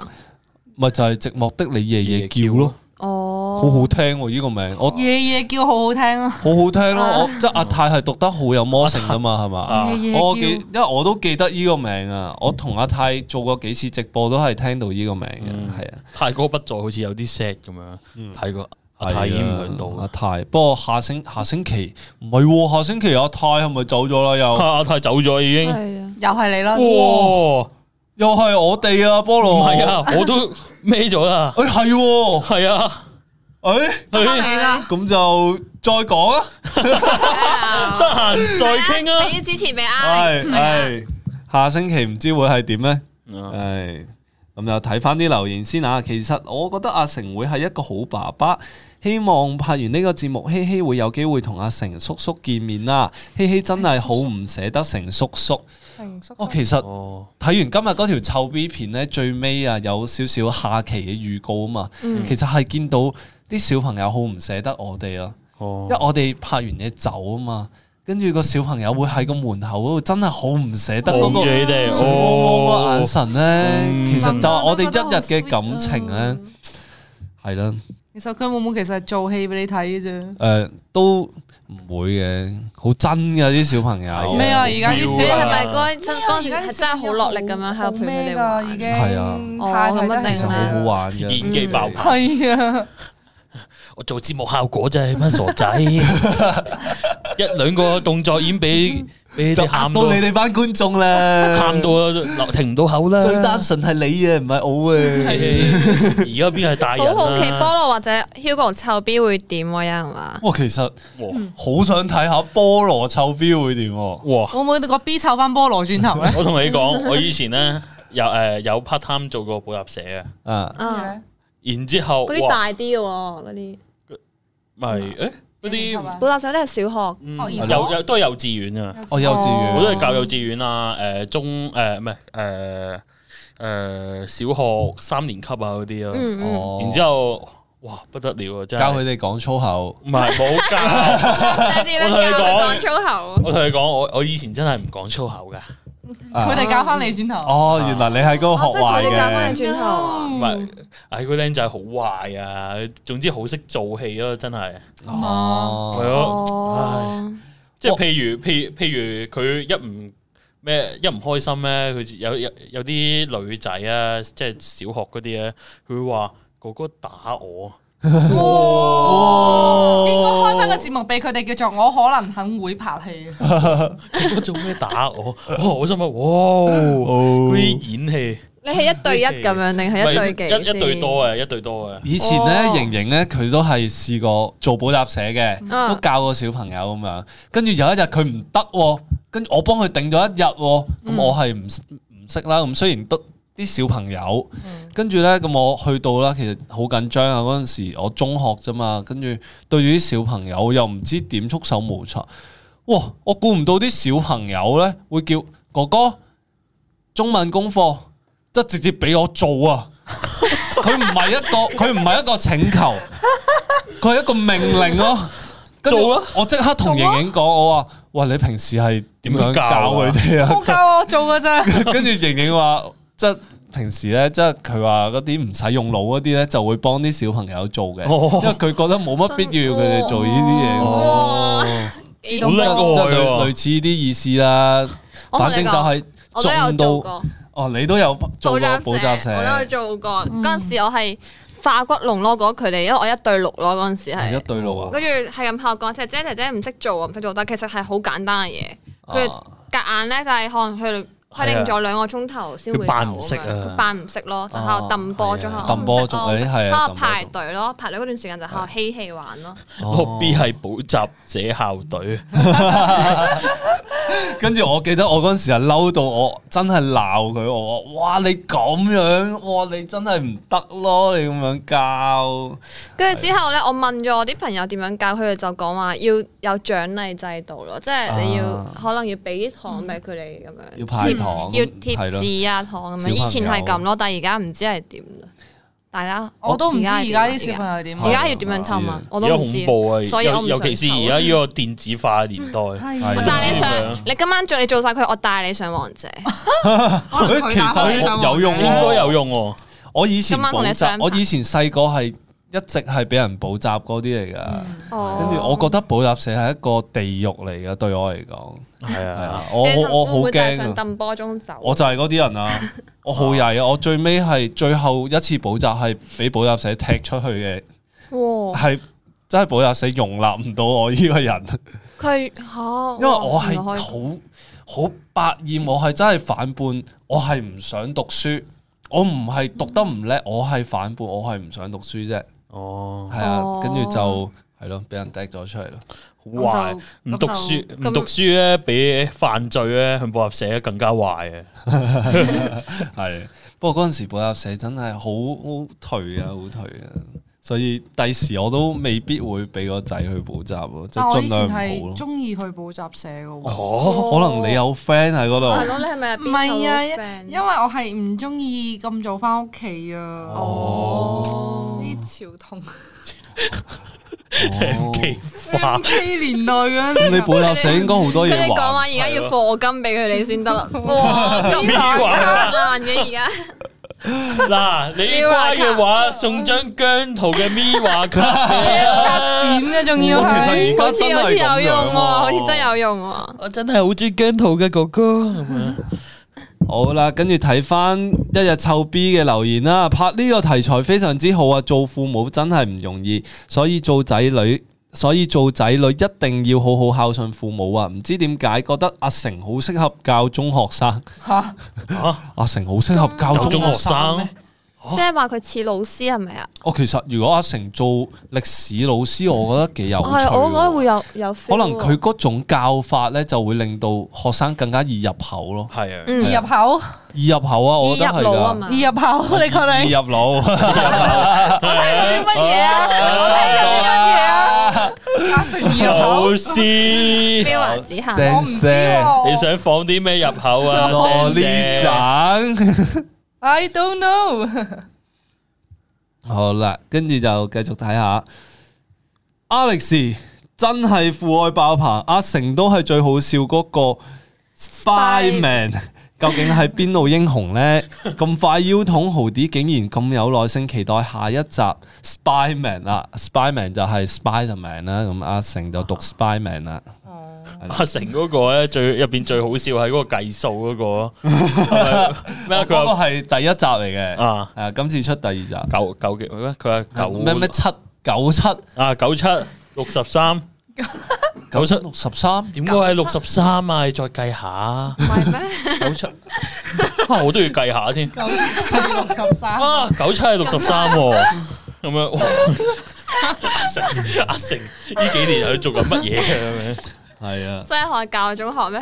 S5: 咪就係寂寞的你夜夜叫咯。
S4: 哦，
S5: 好好聽喎！呢個名我
S3: 夜夜叫好好聽啊咯。
S5: 好好聽咯，我即係阿泰係讀得好有魔性噶嘛，係嘛？
S2: 啊
S3: 夜夜
S5: 我記，
S3: 叫。
S5: 因為我都記得呢個名啊！我同阿泰做過幾次直播，都係聽到呢個名
S2: 嗯
S5: 嘅，係啊。
S2: 泰哥不在，好似有啲 sad 咁
S5: 嗯
S2: 樣。泰哥阿泰已經唔喺度
S5: 阿
S2: 啦，
S5: 泰，不過下星下星期唔係喎，下星期阿泰係咪走咗啦？又
S2: 啊阿泰走咗已經。
S4: 係啊，
S3: 又係你啦，
S2: 哇！
S5: 又係我哋啊，菠
S2: 唔
S5: 蘿。
S2: 係，啊，我都孭咗啦。
S5: 誒係喎，
S2: 係啊，
S5: 誒
S2: 佢
S3: 你啦，
S5: 咁就再講啊，
S2: 得閒再傾啊。
S4: 啊俾啲支持俾 Alex，
S5: 係係下星期唔知會係點呢？
S2: 嗯
S5: 唉，咁就睇翻啲留言先啊。其實我覺得阿成會係一個好爸爸，希望拍完呢個節目，希希會有機會同阿成叔叔見面啦。希希真係好唔捨得成叔叔。
S3: 成叔
S5: 我、其實
S2: 哦，
S5: 睇完今日嗰條臭 B 片呢，最尾啊有少少下期嘅預告啊嘛。
S4: 嗯
S5: 其實係見到啲小朋友好唔捨得我哋啊，因為
S2: 哦，
S5: 我哋拍完嘢走啊嘛。跟住個小朋友會喺個門口嗰度，真係好唔捨得嗰、
S2: 望
S5: 個
S2: 住你哋，
S5: 水汪汪嘅
S2: 哦
S5: 眼，神咧，
S2: 嗯
S5: 其實就係我哋一日嘅感情啊咧，係啦，
S3: 啊其實佢會唔會其實係做戲俾你睇嘅啫？
S5: 誒都唔會嘅，好真嘅啲小朋友，
S3: 咩啊？而家啲
S4: 你
S3: 小
S4: 係
S3: 朋友
S4: 咪嗰真嗰
S3: 哎
S4: 時啊係真係好落力咁樣喺度陪佢哋玩
S3: 已？經
S5: 係啊
S4: 哦咁一定
S5: 其實好好玩嘅，嗯
S2: 演技爆棚。
S3: 係啊，
S2: 我做節目效果啫，班傻仔，一兩個動作已經俾俾你
S5: 就
S2: 哋
S5: 嚇到
S2: 喊
S5: 你
S2: 到，
S5: 哋班觀眾咧，
S2: 喊到流停唔到口啦。
S5: 最單純係你啊，唔係我啊，
S2: 而家邊係大人
S4: 好好奇菠
S2: 啊？
S4: 蘿或者 Hugo 臭 B 會點喎？有人話 啊
S5: 哇，其實
S2: 哇
S5: 好想睇下菠蘿臭標會點喎，
S2: 哇！
S3: 會唔會個 B 湊翻菠蘿轉頭咧？
S2: 我同你講，我以前咧有誒有 part time 做過補習社啊。
S5: 啊，
S4: 啊，
S2: 然之後
S4: 嗰啲
S2: 哇
S4: 大啲嘅喎，嗰啲
S2: 咪诶嗰
S3: 係
S2: 啲
S3: 嘛
S4: 補習社都係小學，
S2: 嗯
S3: 學
S5: 而
S2: 有
S3: 所
S2: 有都係幼稚園啊，
S5: 我幼稚
S4: 哦
S2: 我都係
S5: 園，
S2: 教幼稚園啊，诶中诶唔係诶诶小學三年級啊嗰啲咯。
S4: 嗯嗯，
S5: 哦
S2: 然之后哇不得了啊！真
S5: 教
S2: 係
S5: 佢哋講粗口。
S2: 唔係冇教，
S6: 啲咧
S2: 我同你
S6: 教
S2: 講
S6: 佢講粗口，
S2: 我同你講，我我以前真係唔講粗口噶，
S3: 佢哋教翻你轉頭。
S5: 啊哦，原來你係嗰個
S4: 哦即係佢
S5: 學壞
S4: 哋教翻你
S5: 嘅，
S4: 轉頭啊，
S2: 唔係唉個僆仔好壞啊，總之好識做戲咯，真係係
S5: 哦，
S2: 咯，
S4: 哦，
S2: 即係譬如譬如譬如佢一唔咩一唔開心咧，佢有有有啲女仔啊，即係小學嗰啲咧，佢會話哥哥打我，啊
S5: 哦
S3: 應該開翻個節目俾佢哋叫做我可能很會拍戲，
S2: 哥哥做咩打我？ 哇！我心諗哇，嗰啲演戲
S4: 你係一對一咁樣定係一對
S2: 唔係
S4: 幾
S2: 一
S4: 先？
S2: 一對多啊，一對多啊。
S5: 以前咧，
S4: 哦
S5: 盈盈咧，佢都係試過做補習社嘅，
S4: 嗯
S5: 都教過小朋友咁樣。跟住有一日佢唔得喎，跟住我幫佢頂咗一日喎，
S3: 嗯
S5: 咁我係唔唔識啦。咁雖然得啲小朋友，
S3: 嗯
S5: 跟住咧咁我去到啦，其實好緊張啊。嗰陣時我中學啫嘛，跟住對住啲小朋友又唔知點束手無策。哇！我估唔到啲小朋友咧會叫哥哥中文功課，即係直接俾我做啊！ 佢唔係一個，佢唔係一個請求，佢係一個命令咯。跟住
S2: 做啊
S5: 我即刻同盈盈講，我話：，喂，你平時係點樣教佢哋啊？
S3: 我教我做嘅啫。
S5: 跟住盈盈話，即係平時咧， 即係佢話嗰啲唔使用腦嗰啲咧，就會幫啲小朋友做嘅，
S2: 哦
S5: 因為佢覺得冇乜必要佢哋做呢啲嘢。啊
S4: 哦
S5: 即
S2: 好叻喎佢
S5: 係
S2: 喎
S5: 類類似呢啲意思啦。
S4: 我同
S5: 反
S4: 你
S5: 正就
S4: 講，
S5: 係
S4: 我都有做
S5: 中到
S4: 過。
S5: 哦，你都有做過補習
S4: 我都有
S5: 社，
S4: 做過。嗰陣時我係化骨龍咯，嗰佢哋，因為我一對六咯，嗰陣時
S5: 係一
S4: 係。
S5: 對路啊。
S4: 跟住係咁後講，姐姐姐姐唔識做啊，唔識做，但其實係好簡單嘅嘢。佢哋
S5: 啊
S4: 夾硬咧就係可能佢哋規定咗兩個鐘頭先會
S2: 佢
S4: 走
S2: 扮
S4: 咁
S2: 唔識啊
S4: 樣，佢扮唔識咯，就喺
S5: 哦
S4: 度揼波，仲喺度
S5: 揼啊波仲
S4: 喺
S5: 你係啊
S4: 哦喺
S5: 揼波
S4: 度排隊咯，排隊嗰段時間就喺度嬉戲玩咯。
S5: 哦
S2: B 系補習者校隊，
S5: 跟住我記得我嗰陣時係嬲到我真係鬧佢，我話：哇你咁樣，哇你真係唔得咯，你咁樣教。
S4: 跟住之後咧，我問咗我啲朋友點樣教，佢哋就講話要有獎勵制度咯，即係你要
S5: 啊
S4: 可能要俾啲糖俾佢哋咁樣。
S5: 要派糖，
S4: 要
S5: 係
S4: 貼
S5: 咯
S4: 紙啊糖咁樣，
S5: 小朋友
S4: 以前係咁咯，但係而家唔知係點啦。大家
S3: 我都唔知而家啲小
S4: 友
S3: 朋友點啊。
S4: 嗯而家要點樣氹啊，我
S2: 而
S4: 都
S2: 家
S4: 唔
S2: 恐
S4: 知。
S2: 怖啊！
S4: 所以我
S2: 尤
S4: 唔
S2: 尤其是而家呢個電子化年 代，
S3: 係
S5: 係
S4: 我
S5: 啊
S4: 帶你上
S2: 係啊，
S4: 你今晚做你做晒佢，我帶你上王者。
S3: 可能佢打開
S5: 其實
S3: 上
S5: 有用
S2: 應
S5: 喎
S2: 該有用喎。
S5: 我以前
S4: 今晚同你
S5: 補習
S4: 相，反
S5: 我以前細個係一直係俾人補習嗰啲嚟㗎。跟住我
S4: 哦，
S5: 覺得補習社係一個地獄嚟㗎，對我嚟講
S2: 係
S5: 係
S2: 啊，
S5: 啊，我好我好
S4: 會唔會帶
S5: 驚
S4: 上
S5: 啊！
S4: 揼波鐘走。
S5: 我就係嗰啲人啊！我好 曳啊！我最尾係最後一次補習係俾補習社踢出去嘅，
S4: 哇！
S5: 係真係補習社容納唔到我呢個人，啊
S4: 佢嚇，
S5: 因為我係
S4: 哇
S5: 好好百厭，我係真係反叛，我係唔想讀書，我唔係讀得唔叻，我係反叛，我係唔想讀書啫，
S2: 哦，
S5: 係啊
S4: 哦，
S5: 跟住就係咯，俾人踢咗出嚟咯，
S2: 壞唔
S4: 咁就
S2: 讀書
S4: 咁就
S2: 唔讀書咧，比犯罪咧去補習社更加壞啊！
S5: 係。不過嗰陣時補習社真係好好頹啊，好頹啊！所以第時我都未必會俾個仔去補習咯，即
S3: 但
S4: 啊
S5: 係
S3: 我
S5: 盡
S3: 以前
S5: 量唔好
S3: 係
S5: 咯。
S3: 中意去補習社嘅喎。
S5: 哦，可能你有 friend
S4: 係
S5: 喺嗰度，
S4: 咯，你係咪
S3: 唔係啊，因為
S4: 為
S3: 我係唔中意咁早翻屋企啊，
S4: 哦，
S3: 呢潮 痛，
S2: 奇化
S3: M K 年代 嗰
S5: 咁
S3: 陣
S5: 你補習社應該好 多
S4: 佢哋
S5: 嘢
S4: 講啊話
S5: 玩。
S4: 而家要課金俾佢哋先得 啦。哇，咁難嘅而家。
S2: 嗱，你乖嘅話送張姜圖嘅咪話卡俾你
S3: 發
S2: 啊
S3: 閃嘅，仲要
S5: 哇其實
S3: 係
S5: 而
S4: 好
S5: 家
S4: 似
S5: 真
S4: 好
S5: 係
S4: 似有
S5: 咁
S4: 用喎，
S5: 樣啊
S4: 好似真有用喎。
S2: 我真係好中意姜圖嘅哥哥咁樣。
S5: 好啦，跟住睇翻一日臭 B 嘅留言啦，拍呢個題材非常之好啊！做父母真係唔容易，所以做仔女。所以做仔女一定要好好孝順父母啊！唔知點解覺得阿成好適合教中學生，
S3: 嚇
S5: 阿成好適合教
S2: 有中
S5: 中學
S2: 學
S5: 生
S2: 生
S5: 咩？
S4: 即係話佢似老師係咪啊？
S5: 我其實如果阿成做歷史老師，我覺得幾有趣
S4: 係，
S5: 喎。
S4: 我覺得會有有 feel
S5: 可能佢
S4: 喎
S5: 嗰種教法咧，就會令到學生更加易入口咯。
S2: 系啊，
S4: 嗯
S3: 易入口，
S5: 易入口啊，我覺得係
S4: 易入腦啊
S5: 㗎。
S4: 嘛
S3: 易入口，你確
S5: 易
S3: 定？
S5: 入腦，
S3: 啲乜嘢啊？我聽緊啲乜嘢啊？阿成易入口
S2: 老，师。
S4: ，Mira 子涵
S5: 正
S3: 我唔知喎。
S2: 你想放啲咩入口啊？
S5: 哦
S2: 聲姐
S5: 呢盞。
S3: I don't know。
S5: 好啦，跟住就繼續睇下 Alex 真係父愛爆棚，阿成都係最好笑嗰個 Spyman，究竟係邊路英雄呢？ 咁快腰筒豪啲竟然咁有耐性，期待下一集 Spyman 啦，Spyman 就係 Spiderman 啦，咁阿成就讀 Spyman 啦，
S2: 阿成嗰個咧最入边最好笑係嗰個計數嗰個 咯，咩啊
S5: 嗰
S2: 佢
S5: 個
S2: 話
S5: 係第一集嚟嘅，係
S2: 啊
S5: 啊，今次出第二集，
S2: 九九幾咩？佢話九
S5: 啊咩咩七九七
S2: 啊九七六十三，
S5: 九七六十三。
S2: 點解係六十三啊？你再計下
S4: 唔係咩？
S2: 九七， 啊我都要計下 添
S3: 九 六十三，
S2: 啊！九七係六十三喎，咁樣 哇阿成阿成呢幾年佢做緊乜嘢啊嘅？
S5: 系啊，
S4: 即係學教中學 咩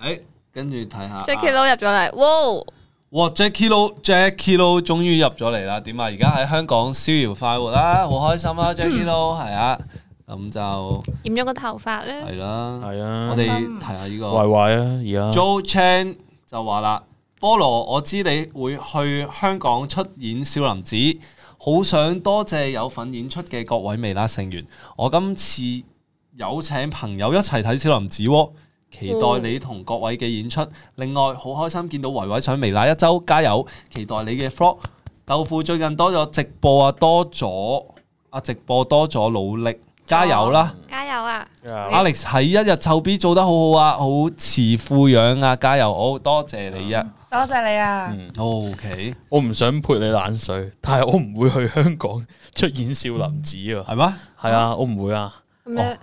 S5: 诶，哎跟住睇下啊
S4: ？Jackie Lou 入咗嚟，哇！
S5: 哇！Jackie Lou，Jackie Lou 終於入咗嚟啦，點啊？而家喺香港逍遙快活啦，好開心啦！Jackie Lou 係啊，咁就
S4: 染咗個頭髮咧，
S5: 係啦。
S2: 係啊
S5: 我哋睇下呢個
S2: 壞壞啊！而家
S5: Joe Chan 就話啦：菠蘿，我知你會去香港出演少林寺，好想多謝有份演出嘅各位微辣成員。我今次有請朋友一齊睇少林寺喎。期待你同各位嘅演出，另外好開心見到維維上微辣一周，加油！期待你嘅 vlog。豆腐最近多咗直播啊，多咗啊，直播多咗努力，加油啦！
S4: 加油啊！
S5: Alex 喺一日臭 B 做得好好啊，好慈父養啊，加油！好多謝你啊。
S3: 多謝你啊！
S5: O K，
S2: 我唔想潑你冷水， 但係我唔會去香港出演少林寺啊。
S5: 係咩？
S2: 係啊，我唔會啊，
S4: 咁樣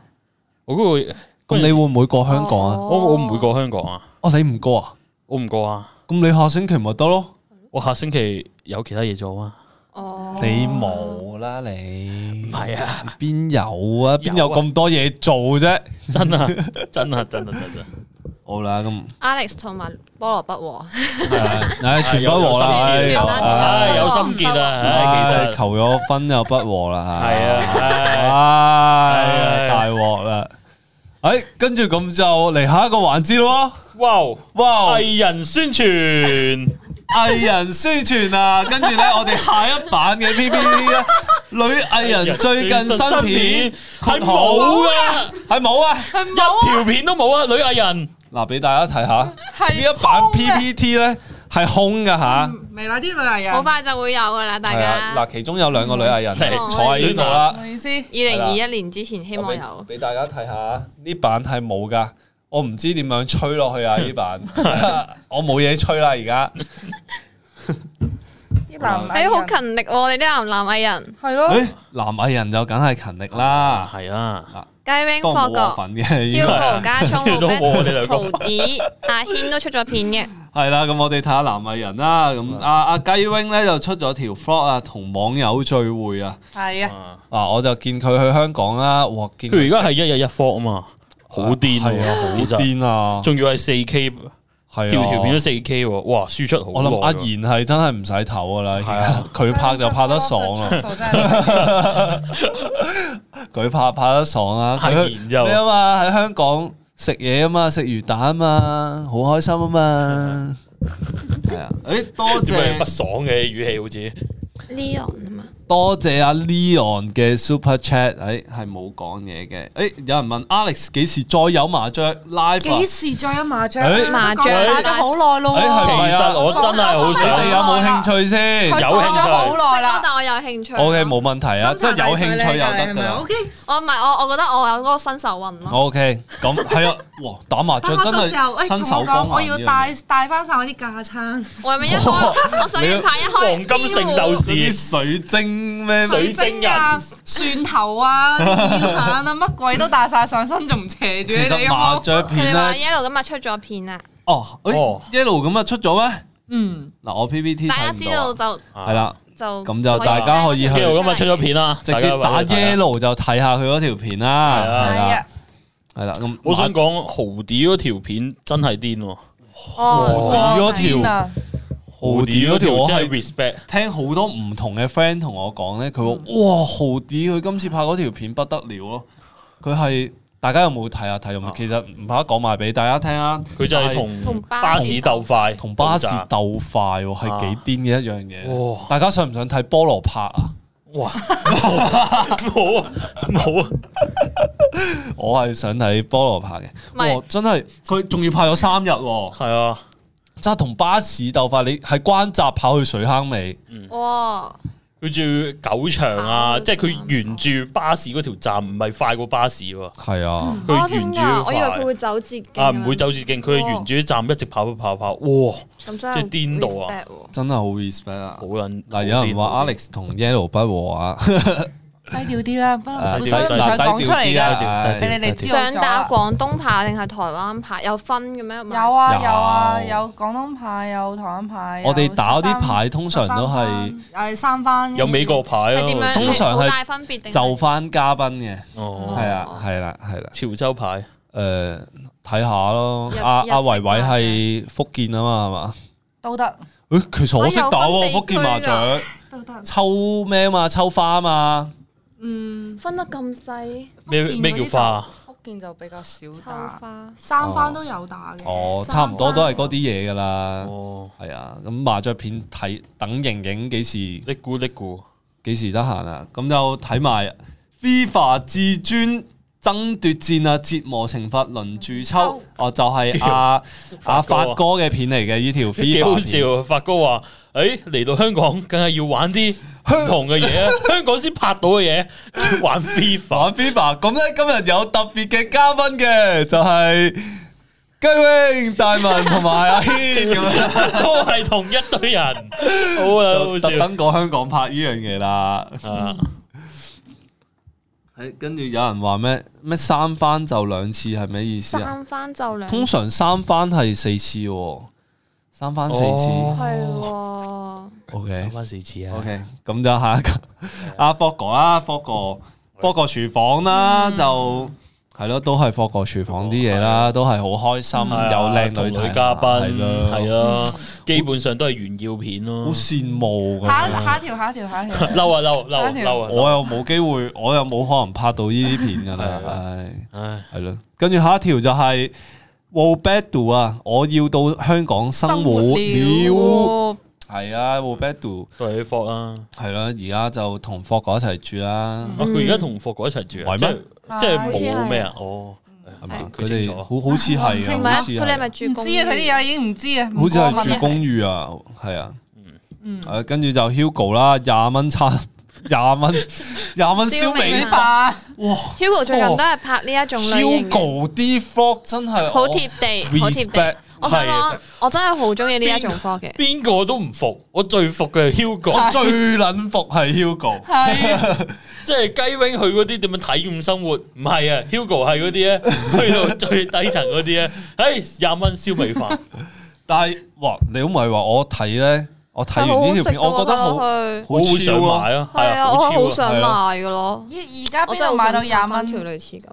S2: 我嗰個
S5: 咁你會唔會過香港啊？
S2: 我我唔會過香港啊，
S5: 哦，你唔過啊？
S2: 我唔過啊。
S5: 咁你下星期咪得咯？
S2: 我下星期有其他嘢做啊。
S4: 哦，
S5: 你冇啦，你
S2: 係啊，
S5: 邊有啊？邊有咁多嘢做啫？
S2: 真啊，真啊，真啊，真啊。
S5: 好啦，咁
S4: 哦 Alex 同埋菠蘿不和，
S5: 唉，全不和啦，
S2: 唉
S5: 唉
S2: 有
S4: 有
S2: 唉，有心結啊，唉，
S5: 唉
S2: 其實
S5: 求咗婚又不和啦，
S2: 係啊，唉係
S5: 唉，大鑊啦！唉，跟住咁就嚟下一個環節咯，
S2: 哇，
S5: 哇！
S2: 藝人宣傳
S5: 艺人宣傳啊，跟住咧，我哋下一版嘅 PPT 咧，啊女藝人最近新片
S2: 係冇啊，
S5: 係冇啊，
S2: 一條片都冇啊，女藝人
S5: 嗱，俾大家睇下呢
S3: 係
S5: 一版 PPT 咧係空噶吓，
S3: 未來啲女藝人，
S4: 好
S3: 唔
S4: 快就會有噶啦，大
S5: 啊係
S4: 家
S5: 啊，。嗱，其中有兩個女藝人係坐喺呢度啦，
S3: 好意思，
S4: 二零二一年之前希望
S5: 我
S4: 有
S5: 俾俾大家睇下呢版係冇噶，我唔知點樣吹落去啊呢版，我冇嘢吹啦而家，
S3: 啲男藝人
S4: 你好，勤力喎，你啲男男藝人
S3: 係咯，
S5: 誒男藝人就梗係勤力啦，
S2: 係啊，
S4: 雞 wing
S5: 不過
S4: 霍
S5: 冇我啊
S4: 國、
S5: 份嘅應該。
S4: Hugo 加聰、
S2: 呢度都
S5: 啊
S2: 冇我哋兩個
S4: 豪啲、阿軒都出咗片嘅，
S5: 系啦，咁我哋睇下男藝人啦。咁阿阿雞 wing 咧就出咗條 vlog 啊，同網友聚會啊。
S3: 係啊，
S5: 啊，我就見佢去香港啦，哇！見
S2: 佢而家係一日一科啊嘛，好癲
S5: 係啊，好
S2: 其實
S5: 癲啊，
S2: 仲要係四 K，
S5: 係啊
S2: 條條片都四 K 喎，哇，輸出好
S5: 我諗
S2: 耐
S5: 阿
S2: 喎
S5: 賢係真係唔使唞噶啦，而
S2: 啊係
S5: 家
S2: 啊
S5: 佢拍就拍得爽
S3: 速
S5: 啊，
S3: 度真係
S5: 佢拍拍得爽啊，
S2: 阿
S5: 佢
S2: 賢就
S5: 咩啊嘛？喺香港食嘢啊嘛，食魚蛋啊嘛，好開心 啊嘛。係啊，诶，多
S2: 做咩
S5: 謝
S2: 不爽嘅語氣好似
S4: Leon 啊嘛，
S5: 多謝阿 Leon 嘅 Super Chat，誒係冇講嘢嘅。誒、哎有人問 Alex 幾時再有麻雀 live 啊
S3: 幾？時再有麻雀
S5: 哎？
S4: 麻雀
S3: 打咗好耐咯
S5: 哎係
S2: 其
S5: 咪
S3: 喎，
S5: 啊
S2: 實我真係好
S5: 你哋有
S2: 想，
S5: 冇興趣先
S3: 佢
S2: 有
S3: 講咗
S2: 興趣
S3: 好耐啦。
S4: 但我有興趣。
S5: ？OK，冇問題啊，即係有興趣又得㗎
S3: 啊係咪
S5: 啦。
S3: ？OK，
S4: 哦我唔係我，我覺得我有嗰個新手運咯。
S5: OK，咁係啊，哇！打麻雀
S3: 但
S5: 真
S3: 我到時候，
S5: 係
S3: 誒，
S5: 新
S3: 同
S5: 手
S3: 我講，
S5: 光
S3: 我要帶帶翻晒我啲架 撐，
S4: 我係咪一 開，我上完牌一
S2: 哦黃
S4: 開，
S2: 金聖鬥
S5: 嗰啲
S2: 士
S5: 水晶咩？
S2: 水晶人
S3: 啊、蒜頭啊、耳眼啊，乜鬼都帶晒上身，仲唔斜住
S5: 其
S3: 你
S5: 實
S3: 咁
S5: 麻
S3: 咯？
S5: 雀
S4: 佢
S5: 片
S4: 哋話
S5: 咧，
S4: Yellow 今日出咗片啊，
S5: 哦，誒
S2: 哦
S5: yellow 咁啊出咗咩？
S3: 嗯，
S5: 嗱，我 PPT
S4: 大家
S5: 睇
S4: 知
S5: 唔
S4: 道
S5: 到
S4: 就
S5: 啊，系啦，
S4: 就
S5: 咁就大家可以去啊
S2: Yellow 今日出咗片啦，
S5: 直接打
S2: 大家快啲睇啦
S5: yellow 就睇下佢嗰條片啦，
S2: 係啊
S5: 係
S3: 係啊，，
S5: 啦係啦，咁
S2: 我想講豪啲嗰條片真係癲喎，
S4: 哦，
S5: 豪屌嗰
S3: 天
S5: 條，
S3: 啊！
S5: 豪屌嗰條我
S2: 真係
S5: 係
S2: respect，
S5: 聽好多唔同嘅 friend 同我講咧，佢話
S4: 嗯
S5: 哇豪啲佢今次拍嗰條片不得了咯，佢係大家有冇睇啊？睇有冇？其實唔怕講埋俾大家聽啊，
S2: 佢就係
S4: 同
S2: 同
S4: 巴
S2: 巴
S4: 士
S2: 士鬥快，
S5: 同巴士
S2: 鬥
S5: 鬥快喎，係幾癲嘅一樣
S2: 啊哇
S5: 嘢。大家想唔想睇菠蘿拍啊？
S2: 炸冇 啊冇啊，
S5: 我係想睇菠蘿拍
S4: 唔係
S5: 嘅，哇！真係佢仲要拍咗三日喎，
S2: 係啊，
S5: 即係同巴士鬥快。你係關閘跑去水坑尾，
S4: 哇，
S2: 佢住九場啊，
S4: 跑
S2: 即係佢沿住巴士嗰條站唔係快過巴士喎，
S5: 係啊，
S4: 我
S2: 佢沿
S4: 聽
S2: 住
S4: 噶，
S2: 嗰
S4: 哦我以為
S2: 塊
S4: 佢會走捷徑
S2: 啊唔會走捷徑，佢係沿住啲站一直跑跑跑跑，哇！
S4: 咁真係
S2: 即係癲到啊
S4: 啊！
S5: 真係好 respect 啊
S2: 好！撚
S5: 嗱，有人話 Alex 同 Yellow 不和啊，
S3: 低調啲啦，不
S5: 啊
S3: 本身都唔想講出嚟
S5: 低調啲啊
S3: 噶，
S5: 唉
S3: 俾你哋知道
S4: 想
S3: 咗
S4: 打
S3: 啊。
S4: 廣東牌定係台灣牌有分嘅咩？
S3: 有啊
S5: 有
S3: 有啊有廣東派有台灣派，
S5: 我哋打
S3: 有
S5: 啲
S3: 十三
S5: 牌通常都係
S3: 誒三番
S2: 有美國牌
S4: 係點樣？
S2: 啊，
S5: 通常
S4: 係
S5: 係
S4: 好大分別定係
S5: 就翻嘉賓嘅，
S2: 哦，
S5: 係啊，係啦，係啦，
S2: 潮州牌
S5: 誒睇下咯
S4: 日。
S5: 阿
S4: 日式
S5: 阿維維
S4: 麻雀
S5: 係福建啊嘛，係嘛？
S3: 都得
S5: 誒，其實我識打
S4: 我有分地區
S5: 喎
S4: 㗎
S5: 福建麻雀，
S3: 都得，
S5: 抽咩啊嘛？抽花啊嘛？
S3: 嗯，
S4: 分得咁細，
S2: 咩
S3: 福建
S2: 咩
S3: 嗰
S2: 叫
S3: 啲
S2: 花啊？
S3: 就？福建就比較少
S4: 抽
S3: 打，
S4: 花
S3: 三番都有打嘅。
S5: 哦，差
S3: 三番
S5: 唔多都係嗰啲嘢噶啦。
S2: 哦，
S5: 係啊，咁麻雀片睇等盈盈幾時
S2: 叻咕叻咕，
S5: 幾時得閒啊？咁就睇埋 FIFA 至尊爭奪戰啊，折磨懲罰輪住秋
S3: 秋，
S5: 哦就係阿阿發哥嘅片嚟嘅呢條
S2: 啊幾好
S5: FIFA 片。
S2: 笑啊！發哥話：，誒嚟到香港，梗係要玩啲唔同嘅 嘢啊，香港先拍到嘅嘢，叫玩啊 FIFA。
S5: 玩 FIFA 咁咧，哦今日有特別嘅嘉賓嘅，就係雞 wing 大文同埋阿軒咁樣。
S2: 都係同一堆人，好啊，好
S5: 就特
S2: 笑
S5: 登過香港拍呢樣嘢啦。
S2: 啊！
S5: 係跟住有人話咩咩三番就兩次係咩意思啊？
S4: 三番就兩，
S5: 通常三番係四次喎，三番四次。
S2: 哦
S4: 係喎。
S5: O
S2: 收
S5: K
S2: 翻四次啊
S5: O K，咁就下一個阿霍哥啦，霍哥霍哥廚房
S2: 嗯
S5: 啦，就係咯，都係霍哥廚房啲
S2: 哦
S5: 嘢啦，都係好開心，有
S2: 啊係啊
S5: 靚
S2: 同
S5: 女睇
S2: 嘉賓，
S5: 係咯嗯
S2: 係啊，基本上都係炫耀片咯
S5: 好。羨慕咁
S3: 下
S5: 樣。
S3: 下一條下一條下一 條，
S2: 嬲啊嬲嬲啊
S3: 單條
S2: 嬲啊！
S5: 我又冇機會，我又冇可能拍到呢啲片㗎 啦，
S2: 係啊
S5: 唉。
S2: 唉，
S5: 系咯，跟住下一條就係 w b a d o 啊，我要到香港生活
S3: 生活了
S5: 了。
S4: 哦
S5: 係啊 w b a d o
S2: 都係啲霍啦。
S5: 係啦，而家就同霍哥一齊住啦，
S4: 嗯
S2: 啊佢而家同霍哥一齊住啊，
S5: 係
S2: 即
S5: 咩
S2: 係即係
S3: 好
S4: 似係
S2: 冇咩啊？哦，
S5: 係嘛？
S2: 佢
S5: 佢
S2: 清
S5: 哋
S2: 楚啊。
S5: 好好似 係
S4: 唔係
S5: 啊，
S4: 啊，
S5: 好似
S4: 佢哋係咪
S5: 係，
S4: 住
S3: 唔
S4: 公
S3: 知
S4: 寓
S3: 啊，佢啲嘢已經唔知啊，
S5: 好似
S3: 唔過
S5: 係
S3: 問
S5: 住
S3: 啊
S5: 公寓啊，係啊。
S3: 嗯
S5: 誒，跟住就 Hugo 啦，廿蚊餐， 廿蚊，廿蚊
S4: 燒
S5: 燒
S4: 味
S5: 味
S4: 飯
S5: 飯，
S3: 化。
S5: 哇
S4: Hugo 最近都係拍呢一種類型嘅，
S5: ！Hugo 啲 vlog 真係
S4: 好
S5: 我
S4: 貼地，好貼
S5: respect
S4: 地。我想
S2: 係
S4: 講，我真係好中意呢一種科嘅。
S2: 邊個都唔服，我最服嘅係 Hugo，
S5: 最撚服係 Hugo。
S2: 即係雞 wing 去嗰啲點樣體驗生活？唔係啊，Hugo 係嗰啲 咧，去到最低層嗰啲咧，唉，廿蚊燒味飯，
S5: 但係哇，你好唔係話我睇咧，我睇完呢條片，我覺得
S4: 好
S5: 好
S2: 我會想
S5: 超啊！
S2: 買啊，
S4: 係啊，
S2: 好
S4: 我好
S2: 超啊
S4: 想買嘅咯。
S3: 咦而家
S4: 我真
S3: 邊度
S4: 係
S3: 買到廿蚊
S4: 條？類似咁，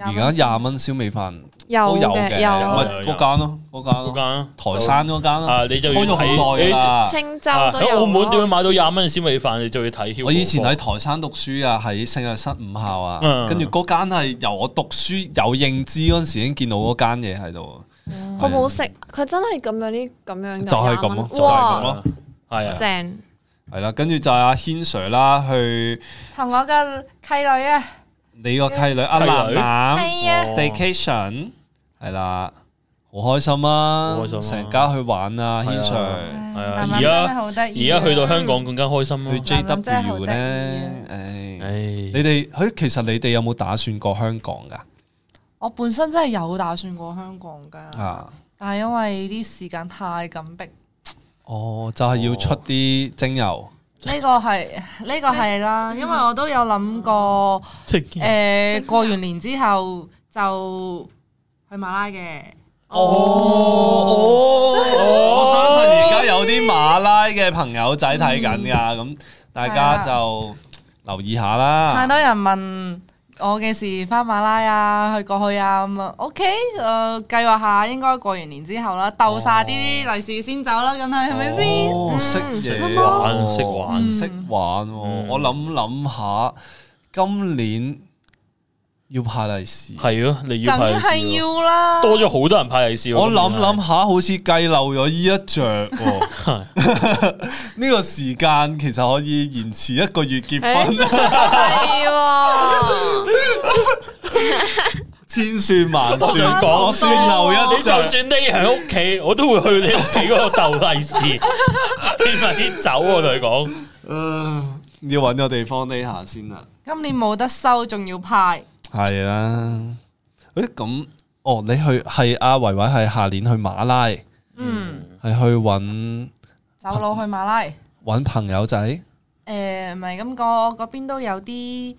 S5: 而家廿蚊燒味飯
S4: 有
S5: 都有
S4: 嘅
S5: 嘅，
S4: 有啊
S5: 咪嗰間咯，嗰間
S2: 嗰
S5: 咯，
S2: 間啊
S5: 台山嗰間
S2: 啊
S5: 咯，，
S2: 你就要
S5: 開咗好耐
S2: 睇
S5: 㗎啦。
S4: 青州
S2: 啊
S4: 都有
S2: 喺
S4: 啊。
S2: 澳門點樣買到廿蚊嘅燒味飯？你就要睇 Hugo。
S5: 我以前啊喺台山讀書啊，喺聖若瑟五校啊
S2: 嗯，
S5: 跟住嗰間係由我讀書有認知嗰陣時已經見到嗰間嘢喺度，
S4: 好唔好食？佢真係咁樣啲咁樣㗎
S5: 就係咁咯
S4: 廿蚊
S5: 就係咁
S4: 哇
S5: 咯
S2: 係啊，
S4: 正
S5: 係啦，跟住就係阿軒 Sir 啦，去
S3: 同我嘅契女啊，
S5: 你個契女阿
S2: 契女
S5: 楠楠。
S3: 係啊，
S5: staycation 系啦，好開心啊！
S2: 好開心啊
S5: 成家去玩啊，
S2: 係
S5: 軒
S2: 啊
S5: Sir
S2: 係啊
S3: 男人
S2: 而家
S3: 嗯真係好得
S2: 而
S3: 意啊，
S2: 家去到香港更加開心咯
S5: 去。
S3: 男真係好得意
S5: JW 咧
S3: 啊，
S5: 唉，
S2: 唉
S5: 你，哋佢其實你哋有冇打算過香港
S3: 啊
S5: 噶
S3: 我本身真係有打算過香港㗎，
S5: 啊？
S3: 但係因為啲時間太緊迫，
S5: 哦，就係要出啲精油，
S3: 呢個係呢個係啦，因為我都有諗過，
S2: 嗯即係
S3: 誒過完年之後就去馬拉嘅，
S5: 哦
S2: 哦
S5: 哦，我相信而家有嘅朋友仔睇緊
S2: 嗯
S5: 噶，咁大家
S2: 啊
S5: 就留意下啦。
S3: 太多人問我幾時翻馬拉啊，去過去啊咁啊。OK，誒、計劃下應該過完年之後啦，鬥晒啲利是先走啦，梗係係咪先？
S5: 哦，識嘢
S2: 玩
S5: 喎
S2: 嗯
S5: 嗯
S2: 識玩
S5: 識玩喎。
S2: 嗯
S5: 我諗諗下，今年要派利是。
S2: 系咯，你要
S3: 梗
S2: 派利是
S3: 係
S2: 喎，
S3: 要啦，
S2: 多咗好多人派利是喎。
S5: 我諗諗下，好似計漏咗依一着喎。
S2: 諗，
S5: 呢個時間其實可以延遲一個月結婚，
S4: 係喎，
S5: 千算萬
S2: 我想
S5: 算，
S2: 講
S5: 我算漏
S2: 你
S5: 一
S2: 就
S5: 着
S2: 算。匿喺屋企，我都會去你屋企嗰度鬥利是， 你快啲走我同你講。
S5: 呃要揾個地方匿下先啊啦。
S3: 今年冇得收，仲要派。
S5: 係啊啦，诶咁，哦，你去係阿維維係下年去馬拉，係
S3: 嗯，
S5: 去揾
S3: 走佬去
S2: 啊
S3: 馬拉。
S5: 揾朋友仔，
S3: 誒唔係咁講，嗰邊都有啲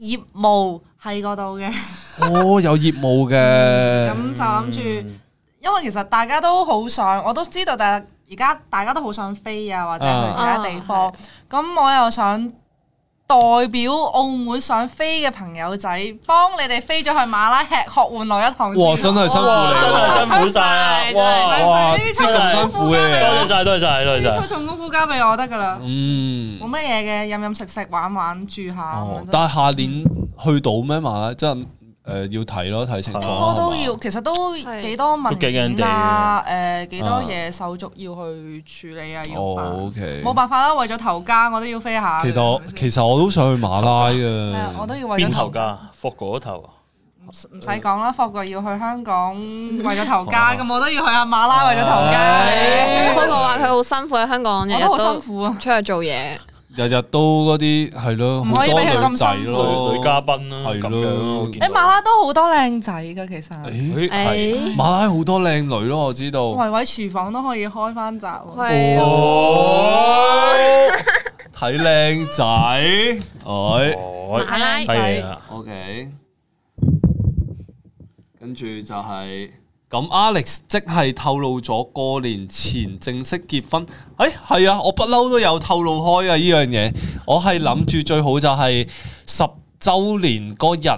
S3: 業務喺嗰度嘅，
S5: 哦，有業務嘅，
S3: 咁就諗住，因為其實大家都好想，我都知道，但係而家大家都好想飛啊，或者去其他地方，咁、我又想代表澳門想飛嘅朋友仔，幫你哋飛咗去馬拉吃喝玩樂一趟先。
S5: 哇，真係辛苦
S2: 哇，真
S5: 你，
S2: 係辛苦晒啊！哇哇，
S5: 哇，
S3: 真係
S5: 啲咁辛苦嘅
S2: 多
S5: 嘢
S2: 謝，晒，多謝晒，多謝
S3: 啲
S2: 晒
S3: 粗。重功夫交俾我得㗎啦，
S5: 嗯
S3: 冇，乜嘢嘅，飲飲食食玩玩住下咁樣
S5: 哦
S3: 啫，
S5: 但係下年去到咩馬拉，真係诶要睇咯，睇情況。
S2: 應
S3: 應該都
S5: 係嘛
S3: 要，其實都
S4: 係
S3: 幾多文件啊，誒幾多
S5: 啊
S3: 嘢手續要去處理啊，要
S5: 哦
S3: 辦
S5: ，OK，
S3: 冇辦法啦，為咗頭家我都要飛下嘅。
S5: 其實我嗯其實我都想去馬拉
S3: 係啊我
S5: 嘅，
S3: 都要為
S2: 邊
S3: 咗
S2: 頭
S3: 頭家，
S2: 㗎？霍嗰頭啊？
S3: 唔使講啦，法國要去香港為咗頭
S5: 哦
S3: 家，咁我都要去阿馬
S5: 哎
S3: 拉為咗頭家。
S4: 不過話佢好辛苦喺香港，日
S3: 我
S4: 日
S3: 都好
S4: 都
S3: 辛苦啊！
S4: 出去做嘢，
S5: 日日都嗰啲係咯，
S3: 唔
S5: 好
S3: 可以
S5: 多
S3: 俾佢
S5: 女
S3: 咁
S5: 仔
S3: 辛苦
S5: 咯，
S2: 女女嘉賓啦，
S5: 係
S2: 咁
S5: 咯
S2: 樣咯我見
S3: 誒
S2: 到
S3: 馬拉都好多靚仔㗎，其實
S5: 誒
S2: 係
S4: 誒，
S5: 馬拉好多靚女咯，我知道。
S3: 維維廚房都可以開翻閘喎。
S4: 係啊
S5: 哦，睇靚仔，哎
S2: 哦
S4: 馬拉
S2: 係啊，
S5: ，OK，跟住就係咁，Alex 即係透露咗過年前正式結婚，哎，係啊，我不嬲都有透露開啊呢樣嘢，我係諗住最好就係十週年嗰日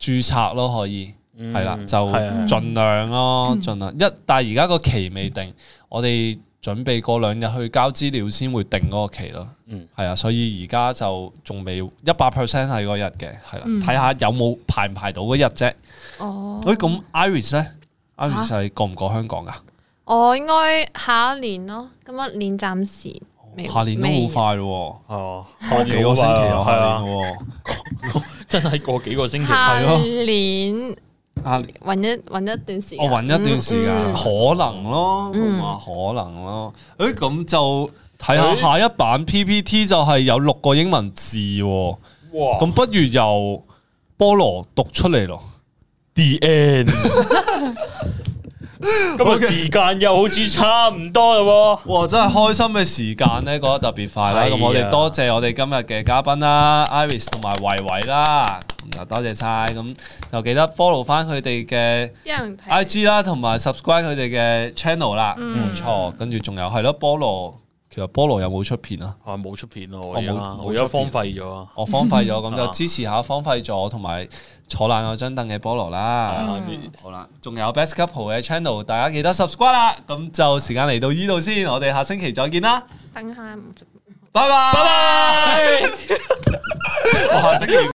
S5: 註冊咯，可以。
S2: 嗯
S5: 係啦，就
S2: 係啊
S5: 盡量咯，
S4: 嗯
S5: 盡量一。但係而家個期未定，我哋準備過兩日去交資料先會定嗰個期咯。
S2: 嗯，
S5: 係啊，所以而家就仲未一百 percent 係嗰日嘅，係啦，
S3: 嗯
S5: 睇下有冇排唔排到嗰日啫。
S4: 哦，
S5: 喂，咁 Iris 咧，Iris 係過唔過香港噶？
S4: 我哦應該下一年咯，咁一年暫時未
S5: 下年
S4: 未哎
S5: 都好快咯
S2: 哦，
S5: 喎，幾個星期啊，
S2: 係
S5: 下
S2: 啊
S5: 年，喎。
S2: 真係過幾個星期，
S4: 下
S5: 係咯
S4: 年
S5: 啊
S4: 揾一揾一段時間，
S5: 我哦揾一段時間，
S4: 嗯嗯
S5: 可能咯，
S4: 嗯
S5: 話可能咯。誒、咁就睇下下一版 PPT 就係有六個英文字喎，
S2: 哇
S5: 咁不如由菠蘿讀出嚟咯。
S2: The end。咁啊，時間又好似差唔多啦
S5: 哇！真係開心嘅時間咧，過得特別快啦。
S2: 係啊
S5: 咁我哋多謝我哋今日嘅嘉賓啦，Iris 同埋維維啦，咁就多謝晒。咁就記得 follow 翻佢哋嘅。
S4: 啲人睇
S5: I G 啦，同埋 subscribe 佢哋嘅 channel 啦，
S3: 嗯
S5: 冇錯。跟住仲有係咯，菠蘿，其實菠蘿有冇出片啊？
S2: 喎。啊，冇出片咯，我
S5: 我
S2: 而
S5: 冇
S2: 家
S5: 冇
S2: 我而家
S5: 出
S2: 荒
S5: 片
S2: 廢咗啊。
S5: 我荒廢咗， 咁就
S2: 啊
S5: 支持下荒廢咗同埋坐爛我張凳嘅菠蘿啦。
S2: 啊你
S5: 嗯好啦，仲有 Best Couple 嘅 channel，大家記得 subscribe 啦。咁就時間嚟到呢度先，我哋下星期再見啦，
S4: 等下唔
S5: 拜拜。
S2: 拜拜。
S5: 我下星期。